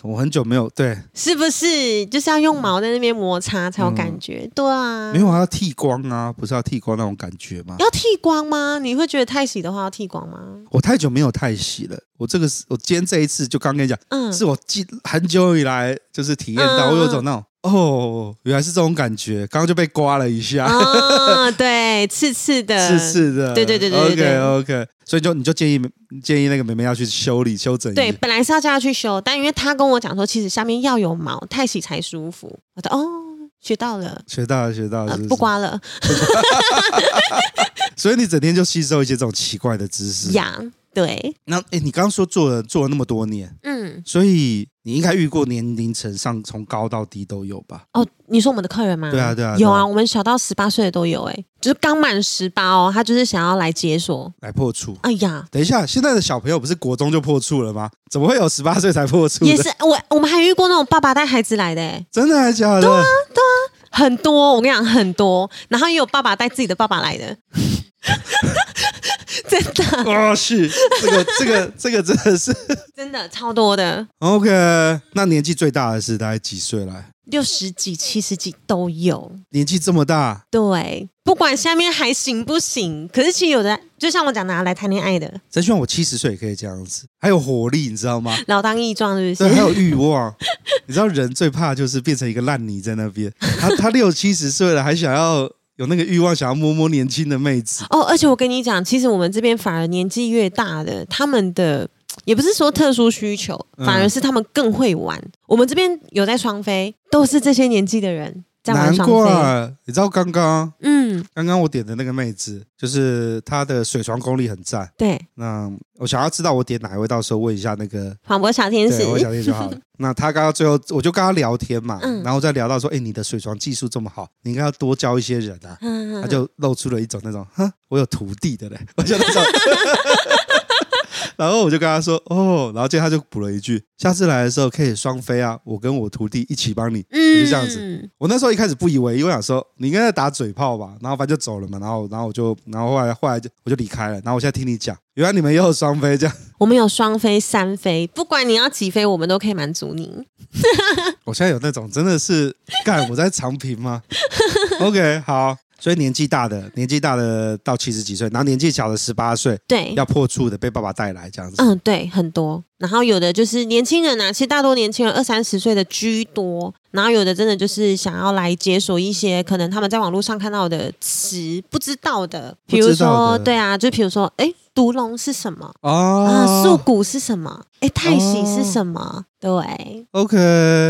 A: 我很久没有对，
D: 是不是？就是要用毛在那边摩擦才有感觉，对啊
A: 没。有啊，要剃光啊，不是要剃光那种感觉吗？
D: 要剃光吗？你会觉得泰洗的话要剃光吗？
A: 我太久没有太洗了，我这个是我今天这一次就刚跟你讲，
D: 嗯，
A: 是我近很久以来就是体验到，
D: 嗯
A: 我有种那种哦，原来是这种感觉，刚刚就被刮了一下， <laughs>
D: 啊、对，刺刺的，
A: 是是的，
D: 对对对对对对
A: OK OK，所以就你就建议建议那个妹妹要去修理修整一，
D: 对，本来是要叫他去修，但因为他跟我讲说，其实下面要有毛，太洗才舒服。我说哦，学到了，
A: 学到了学到了
D: 呃
A: 啊是，是
D: 不，刮了
A: 所以你整天就吸收一些这种奇怪的知识
D: 呀。对，
A: 那哎，你刚刚说做了做了那么多年，
D: 嗯，
A: 所以你应该遇过年龄层上从高到低都有吧？
D: 哦，你说我们的客人吗？
A: 对啊对啊对啊
D: 有啊，我们小到十八岁的都有、欸，哎，就是刚满十八哦，他就是想要来解锁。
A: 来破处。
D: 哎呀，
A: 等一下，现在的小朋友不是国中就破处了吗？怎么会有十八岁才破
D: <laughs>
A: 处
D: 也
A: 的？
D: 是我，我们还遇过那种爸爸带孩子来的、欸，
A: 真的还假的？
D: 很多，我跟你讲很多，然后也有爸爸带自己的爸爸来的， <laughs> 真的
A: 哦，是这个这个这个真的是 <laughs>
D: 真的超多的，
A: OK。那年纪最大的是大概几岁来？
D: 六十几、七十几都有。
A: 年纪这么大，
D: 对，不管下面还行不行，可是其实有的，就像我讲的啊，拿来谈恋爱的，
A: 真希望我七十岁也可以这样子，还有活力，你知道吗？
D: 老当益
A: <laughs>
D: 壮是不
A: 对，还
D: 是？
A: 有欲望。你知道人最怕就是变成一个烂泥在那边。他他六七十岁了，还想要有那个欲望，想要摸摸年轻的妹子。
D: 哦，而且我跟你讲，其实我们这边反而年纪越大的，他们的也不是说特殊需求，
A: 嗯
D: 反而是他们更会玩。我们这边有在双飞，都是这些年纪的人在玩
A: 难
D: 双
A: 怪、
D: 飞。
A: 你知道刚刚
D: 嗯，
A: 刚刚我点的那个妹子，就是她的水床功力很赞。
D: 对，
A: 那我想要知道我点哪一位，到时候问一下那个
D: 黄渤小天使
A: 对，我想听就
D: <laughs>
A: 好了。那他刚刚最后，我就跟他聊天嘛，
D: 嗯
A: 然后再聊到说，哎、你的水床技术这么好，你应该要多教一些人啊。
D: 嗯
A: 他就露出了一种那种，哼，我有徒弟的嘞， <laughs> 我就那种。然后我就跟他说，哦，然后接着他就补了一句，下次来的时候可以双飞啊，我跟我徒弟一起帮你。 <laughs> 就这样子
D: 子。
A: 我那时候一开始不以为意，我想说你应该在打嘴炮吧，然后反正就走了嘛，然后然后我就然后后来后来就我就离开了，然后我现在听你讲，原来你们也有双飞这样， <laughs>
D: 我们有双飞、三飞，不管你要几飞，我们都可以满足你。
A: 我现在有那种真的是干我在长平吗 <laughs> ？OK，好，所以年纪大的年纪大的到七十几岁，然后年纪小的十八岁
D: 对，
A: 要破处的被爸爸带来这样子，
D: 嗯，对，很多。然后有的就是年轻人啊，其实大多年轻人二三十岁的居多。然后有的真的就是想要来解锁一些可能他们在网络上看到的词不知道的，比如
A: 不知道
D: 说
A: 的
D: 对啊，就比如说哎，毒龙是什么？啊，素
A: 哦
D: 骨是什么？哎，太喜是
A: 哦
D: 什么？对，
A: ，OK，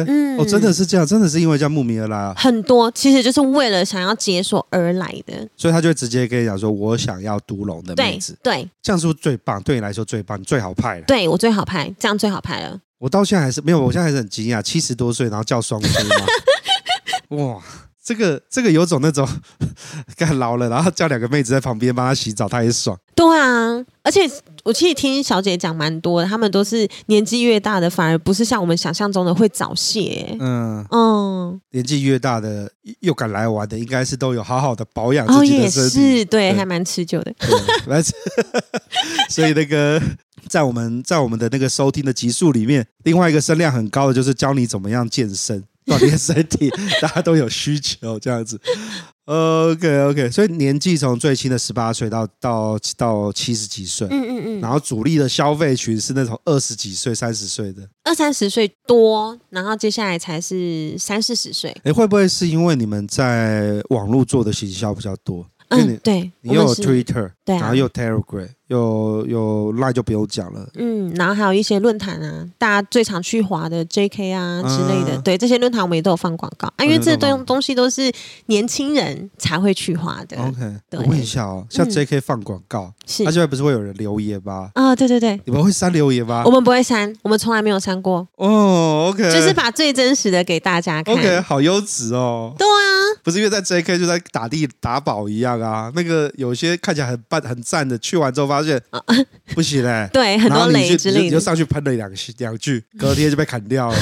D: 嗯
A: 哦，真的是这样，真的是因为这样慕名而来啊，
D: 很多，其实就是为了想要解锁而来的。
A: 所以他就会直接跟你讲说，我想要独龙的妹
D: 对
A: 子，
D: 对
A: 这样是不是最棒？对你来说最棒，最好派了。
D: 对，我最好拍，这样最好拍了。
A: 我到现在还是没有，我现在还是很惊讶，七十多岁然后叫双
D: <laughs>
A: 飞吗？哇，这个这个有种那种 <laughs> 干老了，然后叫两个妹子在旁边帮他洗澡，他也爽。
D: 对啊，而且我其实听小姐讲蛮多的，她们都是年纪越大的，反而不是像我们想象中的会早泄、
A: 嗯，
D: 嗯，
A: 年纪越大的又敢来玩的，应该是都有好好的保养
D: 哦，
A: 啊自己
D: 也
A: 的身体。
D: 是，对，
A: 对
D: 还蛮持久的。
A: 对来
D: <laughs>
A: 自所以那个在我们在我们的那个收听的集数里面，另外一个声量很高的就是教你怎么样健身、锻炼身体，大家都有需求这样子。OK OK，所以年纪从最轻的十八岁到到到七十几岁。
D: 嗯嗯嗯，
A: 然后主力的消费群是那种二十几岁、三十岁的，
D: 二三十岁多，然后接下来才是三四十岁。
A: 哎，会不会是因为你们在网络做的行销比较多？因为
D: 嗯
A: 你，
D: 对，
A: 你又
D: 我
A: 有
D: 们是
A: Twitter，
D: 对啊
A: 然后又 Telegram，又又 Line 就不用讲了，
D: 嗯，然后还有一些论坛啊，大家最常去滑的 JK 啊之类的，
A: 嗯哦
D: 对这些论坛我们也都有放广告啊，因为
A: 我觉
D: 这
A: 得都
D: 东
A: 蛮
D: 东西都是年轻人才会去滑的，
A: OK，啊
D: 对
A: 我问一下哦，像
D: 嗯
A: JK 放广告，
D: 是
A: 他现在不是会有人留言吗？
D: 啊、对对对，
A: 你们会删留言吗
D: 我？们不会删，我们从来没有删过，
A: 哦，OK，
D: 哦就是把最真实的给大家看。
A: OK，好优质哦，
D: 对啊，
A: 不是因为在 JK 就在打地打宝一样啊，那个有些看起来很棒很赞的，去完之后发现
D: 啊
A: 不行嘞。
D: <laughs> 对，很
A: 然
D: 多
A: 后你
D: 雷
A: 就
D: 之
A: 你就
D: 类
A: 你就
D: 的，
A: 上去喷了两两句，隔天就被砍
D: <laughs>
A: 掉了。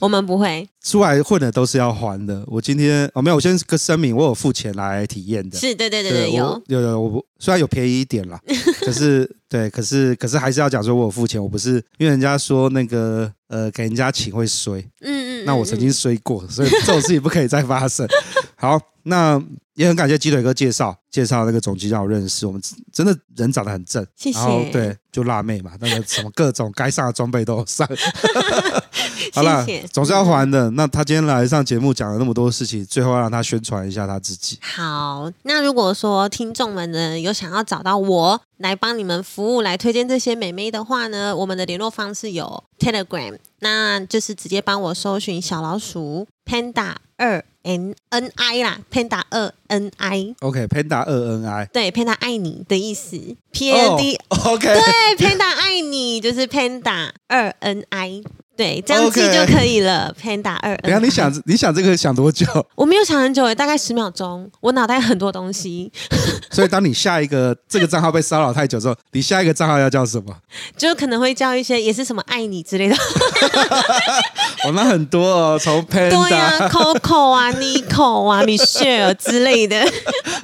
D: 我们不会。
A: 出来混的都是要还的。我今天哦，没有，我先个声明，我有付钱来体验的。
D: 是，对对对对，
A: 我
D: 有。
A: 有有，我不虽然有便宜一
D: <laughs>
A: 点啦，可是对，可是可是还是要讲说我有付钱，我不是因为人家说那个呃给人家请会衰，
D: 嗯嗯，
A: 那我
D: 嗯
A: 曾经衰过，所以这种事情不可以再发生。 <laughs> 好，那也很感谢鸡腿哥介绍介绍那个总机让我认识，我们真的人长得很正，
D: 谢谢
A: 然后对，就辣妹嘛，那个什么各种该上的装备都有
D: <laughs>
A: 上。好啦
D: 谢谢，嗯
A: 总是要还的。那他今天来上节目讲了那么多事情，最后要让他宣传一下他自己。
D: 好，那如果说听众们呢有想要找到我来帮你们服务，来推荐这些美眉的话呢，我们的联络方式有 Telegram，那就是直接帮我搜寻小老鼠 Panda 二 N N I 啦，Panda 二 N I，
A: OK，Panda 二 NI。
D: 对，Panda 爱你的意思，P A N D，、
A: 哦 OK，
D: 对，Panda
A: <laughs>
D: 爱你就是 Panda 二 N I，对，这样记
A: OK
D: 就可以了，Panda 二 N。
A: 等一下你想你想这个想多久？
D: 我没有想很久耶，大概十秒钟，我脑袋很多东西， <laughs>
A: 所以当你下一个这个账号被骚扰太久之后，你下一个账号要叫什
D: <laughs>
A: 么？
D: 就可能会叫一些也是什么爱你之类的，
A: 哦，那很多哦，从
D: <laughs> 对呀、
A: Panda
D: 啊、，Coco 啊，Nico 啊，Michelle 之
A: <laughs>
D: 类的。
A: <laughs>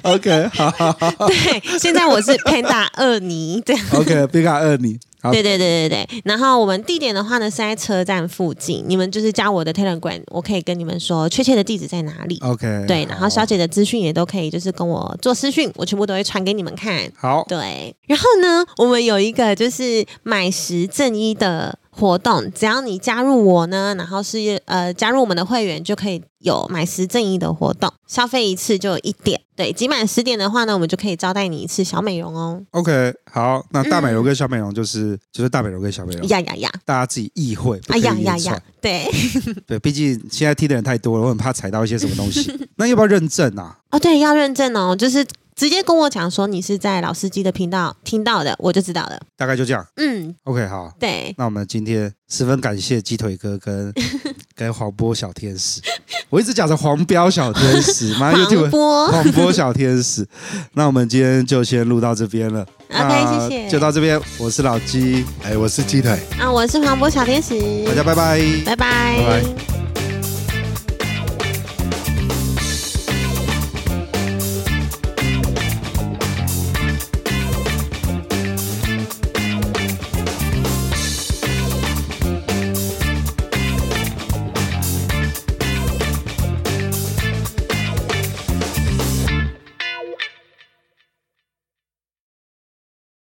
A: OK 好好好
D: 对，现在我是 Panda 二尼这样。
A: OK，Panda 二你好
D: 对对对对对，然后我们地点的话呢是在车站附近，你们就是加我的 Telegram，我可以跟你们说确切的地址在哪里。
A: OK
D: 对，然后小
A: 好
D: 姐的资讯也都可以，就是跟我做私讯，我全部都会传给你们看。
A: 好
D: 对，然后呢，我们有一个就是买十赠一的活动，只要你加入我呢，然后是呃加入我们的会员，就可以有买十赠一的活动，消费一次就有一点。对，集满十点的话呢，我们就可以招待你一次小美容哦。
A: OK 好，那大美容跟小美容就是就是大美容跟小美容。
D: 嗯呀呀呀！
A: 大家自己意会，不
D: 哎
A: 可以
D: 呀呀
A: 言
D: 呀
A: 传！
D: 对，
A: 对，毕竟现在听的人太多了，我很怕踩到一些什么东
D: <laughs>
A: 西。那要不要认证啊？
D: 哦对，要认证哦，就是直接跟我讲说你是在老司机的频道听到的，我就知道了。
A: 大概就这样。
D: 嗯，
A: OK，好，
D: 对，
A: 那我们今天十分感谢鸡腿哥跟 <laughs> 跟黄波小天使，我一直讲着黄标小天
D: <laughs>
A: 使，妈又听
D: 黄
A: 我
D: 波，
A: 黄波小天使。那我们今天就先录到这边了
D: OK，谢谢
A: 那就到这边，我是老鸡，
C: 哎，我是鸡腿。
D: 啊，我是黄波小天使，
A: 大家拜拜
D: 拜拜
A: 拜拜